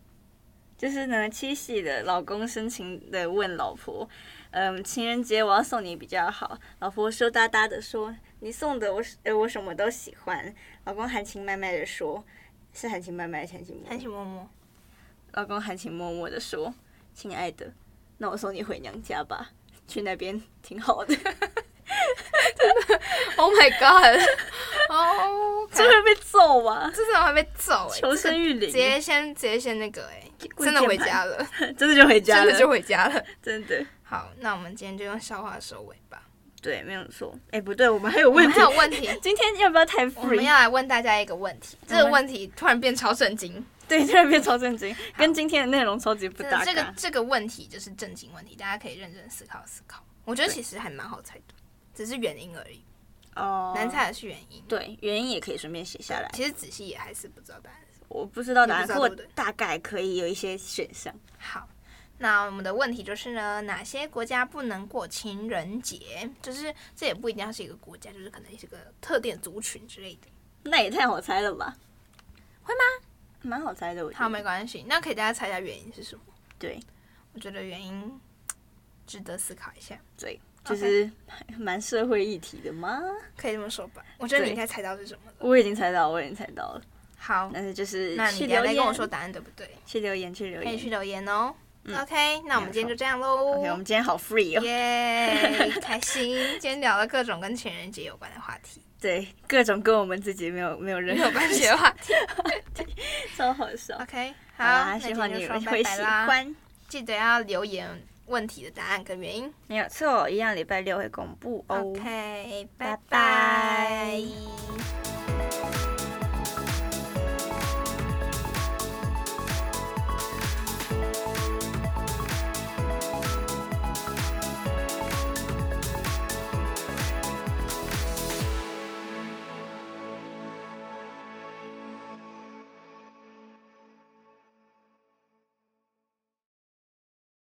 Speaker 2: 就是呢，七喜的老公深情的问老婆，嗯，情人节我要送你比较好。老婆羞答答的说，你送的我是呃我什么都喜欢。老公含情脉脉的说，是含情脉脉还是含情脉脉？
Speaker 1: 含情脉脉。
Speaker 2: 老公含情脉脉的说，亲爱的，那我送你回娘家吧，去那边挺好 的。
Speaker 1: Oh my god！哦、
Speaker 2: 这会被揍吧？
Speaker 1: 这种会被揍哎、
Speaker 2: 求生欲
Speaker 1: 直
Speaker 2: 灵，
Speaker 1: 接先直接先那个哎、
Speaker 2: 跪
Speaker 1: 真的回
Speaker 2: 键盘
Speaker 1: 家了，
Speaker 2: 真的就回家
Speaker 1: 真
Speaker 2: 了，
Speaker 1: 的就回家了。
Speaker 2: 真的
Speaker 1: 好，那我们今天就用笑话收尾吧。
Speaker 2: 对，没有错。哎、不对，我们还有
Speaker 1: 我们
Speaker 2: 问题
Speaker 1: 还。有 问题，
Speaker 2: 今天要不要太
Speaker 1: 我们
Speaker 2: free？
Speaker 1: 要来问大家一个问题，这个问题突然变超震惊。
Speaker 2: 对，突然变超震惊，跟今天的内容超级不
Speaker 1: 真
Speaker 2: 搭
Speaker 1: 的
Speaker 2: 嘎。
Speaker 1: 这个这个问题就是震惊问题，大家可以认真思考思考。我觉得其实还蛮好猜的，只是原因而已，
Speaker 2: 哦
Speaker 1: 难猜的是原因。
Speaker 2: 对，原因也可以顺便写下来。
Speaker 1: 其实仔细也还是不知道答案是什么。
Speaker 2: 我不知道答
Speaker 1: 你
Speaker 2: 案，
Speaker 1: 不
Speaker 2: 可
Speaker 1: 知道
Speaker 2: 我
Speaker 1: 对不对
Speaker 2: 大概可以有一些选项。
Speaker 1: 好，那我们的问题就是呢，哪些国家不能过情人节？就是这也不一定要是一个国家，就是可能是个特定族群之类的。
Speaker 2: 那也太好猜了吧？
Speaker 1: 会
Speaker 2: 吗？蛮好猜的，我觉得。
Speaker 1: 好，没关系，那可以大家猜一下原因是什么？
Speaker 2: 嗯对
Speaker 1: 我觉得原因值得思考一下，
Speaker 2: 对，就是蛮社会议题的吗？
Speaker 1: 可以这么说吧。我觉得你
Speaker 2: 对
Speaker 1: 应该猜到是什么了。
Speaker 2: 我已经猜到，我已经猜到了。
Speaker 1: 好，
Speaker 2: 但是就是
Speaker 1: 那
Speaker 2: 去
Speaker 1: 你等一下
Speaker 2: 留
Speaker 1: 再
Speaker 2: 言，
Speaker 1: 跟我说答案对不对？
Speaker 2: 去留言，去留
Speaker 1: 可以
Speaker 2: 言。
Speaker 1: 去留言哦。
Speaker 2: 嗯
Speaker 1: OK，那我们今天就这样
Speaker 2: OK，我
Speaker 1: 喽
Speaker 2: 们。今天好 free 哦。
Speaker 1: 耶， 开心！今天聊了各种跟情人节有关的话题，
Speaker 2: 对，各种跟我们自己没有没有
Speaker 1: 没
Speaker 2: 任何
Speaker 1: 有关系的话题。
Speaker 2: 超好笑。
Speaker 1: OK，好，
Speaker 2: 啦
Speaker 1: 那
Speaker 2: 希
Speaker 1: 今
Speaker 2: 望
Speaker 1: 天就
Speaker 2: 你
Speaker 1: 说
Speaker 2: 们
Speaker 1: 拜
Speaker 2: 会
Speaker 1: 拜
Speaker 2: 喜
Speaker 1: 啦。
Speaker 2: 欢。
Speaker 1: 记得要留言问题的答案跟原因。
Speaker 2: 没有错，一样礼拜六会公布哦。
Speaker 1: OK，
Speaker 2: 拜
Speaker 1: 拜
Speaker 2: 拜
Speaker 1: 拜。